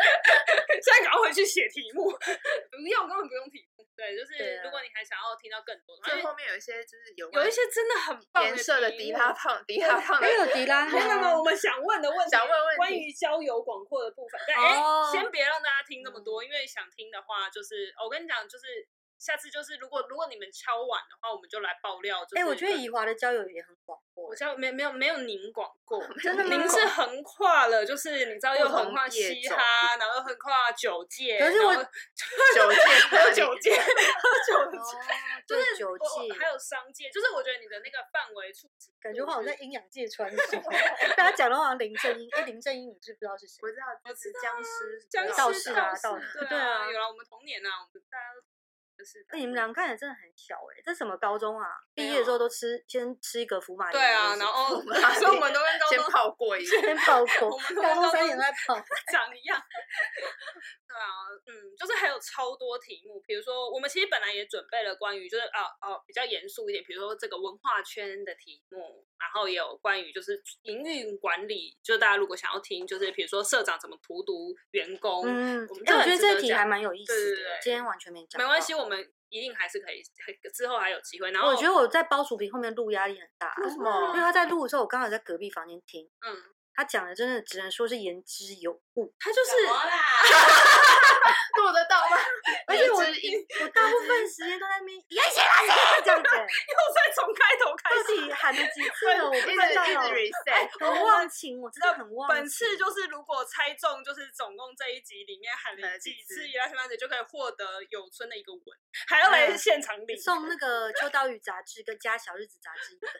B: 现在赶快回去写题目， 不用根本不用题目。对，就
C: 对
B: 是
C: 啊
B: 如果你还想要听到更多，因
A: 最
B: 为
A: 后面有一些就是有
B: 有一些真的很棒
A: 颜色的
B: 题
A: 迪
B: 目
A: 拉胖、迪拉胖 的
C: 还有迪拉，
B: 没有没有没有，我们想问的问题，
A: 想问问题
B: 关于交友广阔的部分。但哎、
C: 哦
B: 先别让大家听那么
A: 嗯
B: 多，因为想听的话，就是哦我跟你讲，就是下次就是如果如果你们敲碗的话，我们就来爆料。就是
C: 哎、我觉得
B: 跟
C: 怡华的交友也很广
B: 我
C: 阔，
B: 知道没没有没有您广 过，
C: 真的吗
B: 您是横跨了，就是你知道又
A: 不同
B: 横跨
A: 业
B: 嘻
A: 种
B: 哈，然后横跨酒界，
C: 可是我
B: 然后
A: 九戒，
B: 还有酒界，还有酒
C: 哦
B: 界，
C: 就
B: 就是
C: 九
B: 我
C: 界，
B: 还有商界，就是我觉得你的那个范围触及
C: 感觉
B: 度
C: 我好像
B: 是
C: 在阴阳界穿梭。 大家讲的好像林正英，哎、林正英你知不知道是谁？
A: 我知道，就是僵尸，
B: 僵
C: 道
B: 尸
C: 士
B: 道
C: 啊
B: 士
C: 道士
B: 对
C: 对
B: 啊，
C: 啊
B: 有了我们童年啊，我们大家都就是
C: 那哎你们俩看起来真的很小哎、这什么高中啊？毕业的时候都吃先吃一个福马林
B: 对
C: 是不
B: 啊，
C: 是，
B: 然后
A: 我们
B: 所以我们都跟高
A: 先
B: 中
A: 泡过一下。
C: 先爆
B: 我
C: 狗
B: 们，
C: 高中
B: 高
C: 三
B: 中
C: 年都在跑。
B: 长一样。对啊，嗯，就是还有超多题目，比如说我们其实本来也准备了关于就是啊哦、比较严肃一点，比如说这个文化圈的题目，然后也有关于就是营运管理，就大家如果想要听，就是比如说社长怎么荼毒员工，
C: 嗯
B: 我们，就
C: 哎、我
B: 很
C: 觉得
B: 值
C: 这
B: 得
C: 个题
B: 讲
C: 还蛮有意思
B: 对
C: 的，
B: 对对
C: 今天完全没讲。
B: 没关系，，我们一定还是可以，还之后还有机会。然后哦
C: 我觉得我在包薯皮后面录压力很大，
A: 为什么
C: 因为他在录的时候，我刚好在隔壁房间听，
B: 嗯，
C: 他讲的真的只能说是言之有物，
B: 他就是
A: 做得到 吗？
C: 而且我
A: 言之隐
C: 我大部分时间都在那边言起来这样子，
B: 又在从开头开
C: 到
B: 始。
C: 底喊了几次了，我不
A: 一直
C: 知
A: 一
C: 道，
A: 直
B: 哦
A: reset，
C: 很忘情，我真的很忘情。
B: 本次就是如果猜中，就是总共这一集里面喊
A: 喊
B: 了
A: 了
B: 几
A: 几
B: 次
A: 次
B: 伊拉克曼姐，就可以获得有村的一个吻，还要来
C: 嗯
B: 现场领，
C: 送那个《秋刀鱼》杂志跟《加小日子》杂志一本，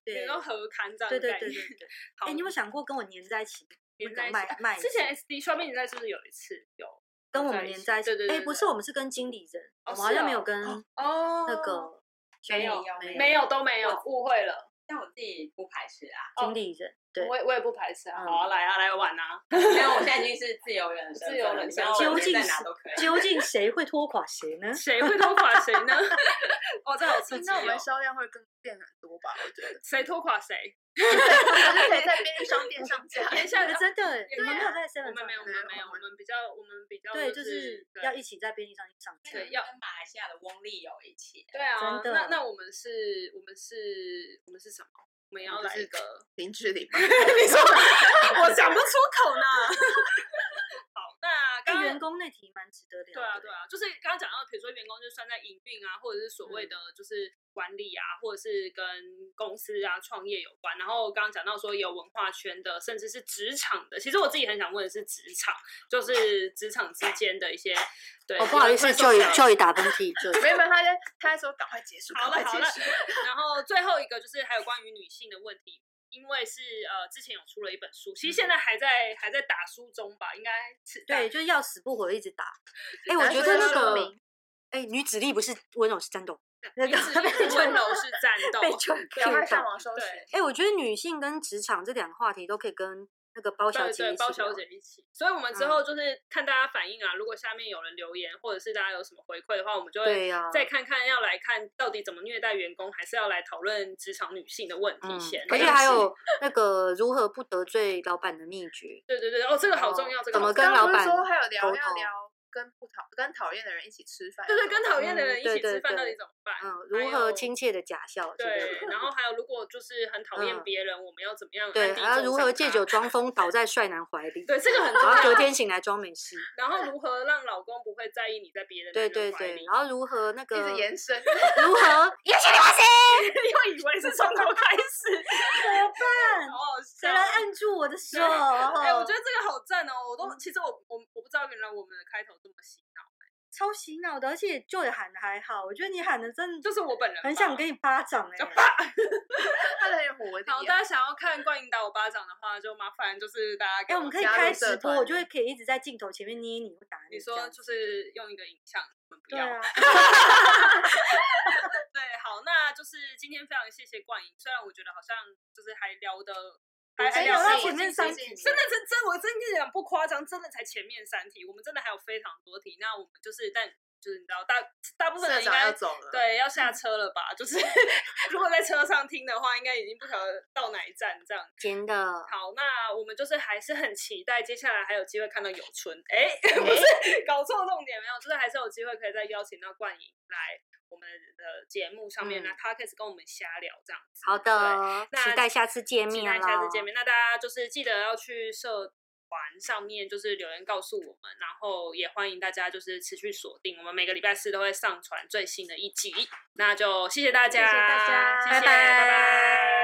B: 比
C: 对
B: 如。说合刊这样
C: 对
B: 的
C: 对
B: 概
C: 对
B: 念。
C: 对对，
B: 好，
C: 哎、你有没有想过跟我粘在一起，那
B: 粘在
C: 个
B: 一起
C: 卖卖
B: 之前 SD 双面年代是不是有一次有
C: 跟我们粘在一起？
B: 对对对
C: 哎、
B: 对
C: 不是，我们是跟经理人，
B: 哦
C: 我们好
B: 是
C: 像没有
B: 哦
C: 跟
B: 哦
C: 那个哦兄
E: 没
C: 弟
E: 有
C: 没
B: 没有都没有
E: 我
B: 误会了，
E: 但我自己不排斥 啊，
B: 哦
C: 经理人，对，
B: 我也我也不排斥啊，
C: 嗯
B: 好啊来啊来玩 啊，
E: 因为我现在已经是自由人的身份了，
B: 自由人
E: 你要
C: 究
E: 我
C: 竟
E: 在
C: 是
E: 哪都可以。
C: 究 竟谁会拖垮谁呢？
B: 谁会拖垮谁呢？ 哦，这好刺激
A: 那我
B: 哦
A: 们！销量会更变很多吧？我 觉得，
B: 谁拖垮谁？
A: 我们可以在便利商 店上架。
B: 等一下，
C: 真的，
B: 对
C: 你们没有在
B: 啊我
C: seven
B: 们没有，我们没有，我们比较，我们比较
C: 对，就
B: 就是
C: 是
B: 对
C: 要一起在便利商店上哎
E: 对，
C: 去。
E: 要跟马来西亚的翁丽有一起，
B: 对啊，
C: 真的
B: 那那我们是，我们是，我们是什么？我们要
A: 们
B: 来
A: 是
B: 一个，
A: 林志玲吗，
B: 你说 我讲不出口 呢。好，那刚
C: 哎，
B: 刚
C: 员工那题蛮值得聊的。
B: 对啊，对啊，就是刚刚讲到，比如说员工就算在营运啊，或者是所谓的
C: 嗯
B: 就是管理啊，或者是跟公司啊创业有关。然后刚刚讲到说有文化圈的，甚至是职场的。其实我自己很想问的是职场，就是职场之间的一些对。
C: 哦，不好意思
B: 比如说
C: ，Joy Joy 打喷嚏
A: 没有，
C: ，Joy。
A: 没有他在他在说赶快结束，赶
B: 好
A: 快
B: 了好
A: 结
B: 了
A: 束。，
B: 然后最后一个就是还有关于女性的问题，因为是呃之前有出了一本书，其实现在还在还在打书中吧，应该是
C: 嗯对，就是要死不活地一直 打。哎，
B: 啊
C: 我
A: 打
C: 觉
A: 出
C: 得
A: 来
C: 那
A: 说
C: 个
A: 明，
C: 哎，女子力不是温柔是战斗，那
B: 女
C: 个
B: 子力是温柔是战斗，
C: 被 Joy
A: 赶快
C: Q
A: 上
C: 到。
A: 网搜
B: 对
A: 寻。
C: 哎，我觉得女性跟职场这两个话题都可以跟那个包小
B: 对
C: 姐一
B: 对，
C: 起
B: 包小
C: 聊
B: 姐一起。所以我们之
C: 嗯
B: 后就是看大家反应啊，如果下面有人留言，或者是大家有什么回馈的话，我们就
C: 对啊
B: 会
C: 呀
B: 再看看要来看到底怎么虐待员工，还是要来讨论职场女性的问题
C: 嗯
B: 先。
C: 而且
B: 对
C: 还有那个如何不得罪老板的秘诀。
B: 对对对，哦，这个好重要，这个
C: 怎
B: 好
C: 么
B: 重要
C: 跟老
A: 刚刚不是
C: 板
A: 说还有聊
C: 沟
A: 要
C: 通
A: 聊跟不讨跟讨厌的人一起吃饭，
B: 对对，跟讨厌的
C: 嗯
B: 人一
C: 对
B: 起
C: 对
B: 吃饭到
C: 对
B: 底怎么办？
C: 嗯，
B: 还
C: 如何
B: 有
C: 亲切的假笑之类的？
B: 对，然后还有，如果就是很讨厌
C: 嗯
B: 别人，我们要怎么样？
C: 对，还要如何借酒
B: 装？
C: 装疯，倒在帅男怀里，
B: 对，这 个很重
C: 然后隔
B: 要。
C: 天醒来装没事。
B: 然后如何让老公不会在意你在别人的
C: 对
B: 那个
C: 对
B: 怀
C: 对，
B: 里
C: 然后如何那个
A: 一直延伸。
C: 如何
B: 又以为是从头开 始，啊
C: 办
B: 好好
C: 谁
B: 笑
C: 来
B: 哦。
C: 按住我的手？
B: 哎、我觉得这个好赞哦！我
C: 嗯
B: 都其实我我我不知道原来我们的开头这么洗脑，
C: 超洗脑的，而且就也喊的还好，我觉得你喊的真的
B: 就是我本人
C: 很想
B: 吧
C: 给你巴掌哎、
B: 就
A: 他的有活力
B: 好，
A: 啊。
B: 大家想要看冠英打我巴掌的话，就麻烦就是大家给
C: 哎、我们可以
A: 加入
C: 开
A: 社
C: 直播，
A: 团
C: 我就会可以一直在镜头前面捏你，我打
B: 你
C: 这样
B: 说
C: 子
B: 就是用一个影像，我们不
C: 对
B: 要。
C: 啊，
B: 对，好，那就是今天非常谢谢冠莹，虽然我觉得好像就是还聊的，还还
C: 哎
B: 聊
C: 聊
B: 得
C: 到
B: 很
C: 前
B: 尽
C: 面
B: 兴
C: 三
B: 尽
C: 题
B: 兴真的真真，我真跟你讲不夸张，真的才前面三题，我们真的还有非常多题。那我们就是，但就是你知道，大大部分
A: 社
B: 人应
A: 长要
B: 该。
A: 走了，，
B: 对，要下车了吧？就是 如果在车上听的话，应该已经不晓得到哪一站这样。
C: 真的。
B: 好，那我们就是还是很期待接下来还有机会看到有春，哎、不是搞错重点没有，就是还是有机会可以再邀请到冠莹来我们的节目上面
C: 嗯
B: 来 podcast 跟我们瞎聊这样子。
C: 好
B: 对，
C: 的，
B: 那
C: 期待下次见
B: 期
C: 面
B: 待下次见
C: 咯
B: 面。那大家就是记得要去社团上面就是留言告诉我们，然后也欢迎大家就是持续锁定，我们每个礼拜四都会上传最新的一集。那就谢谢大家，
A: 谢谢大家
B: 谢谢
C: 拜拜
B: 拜拜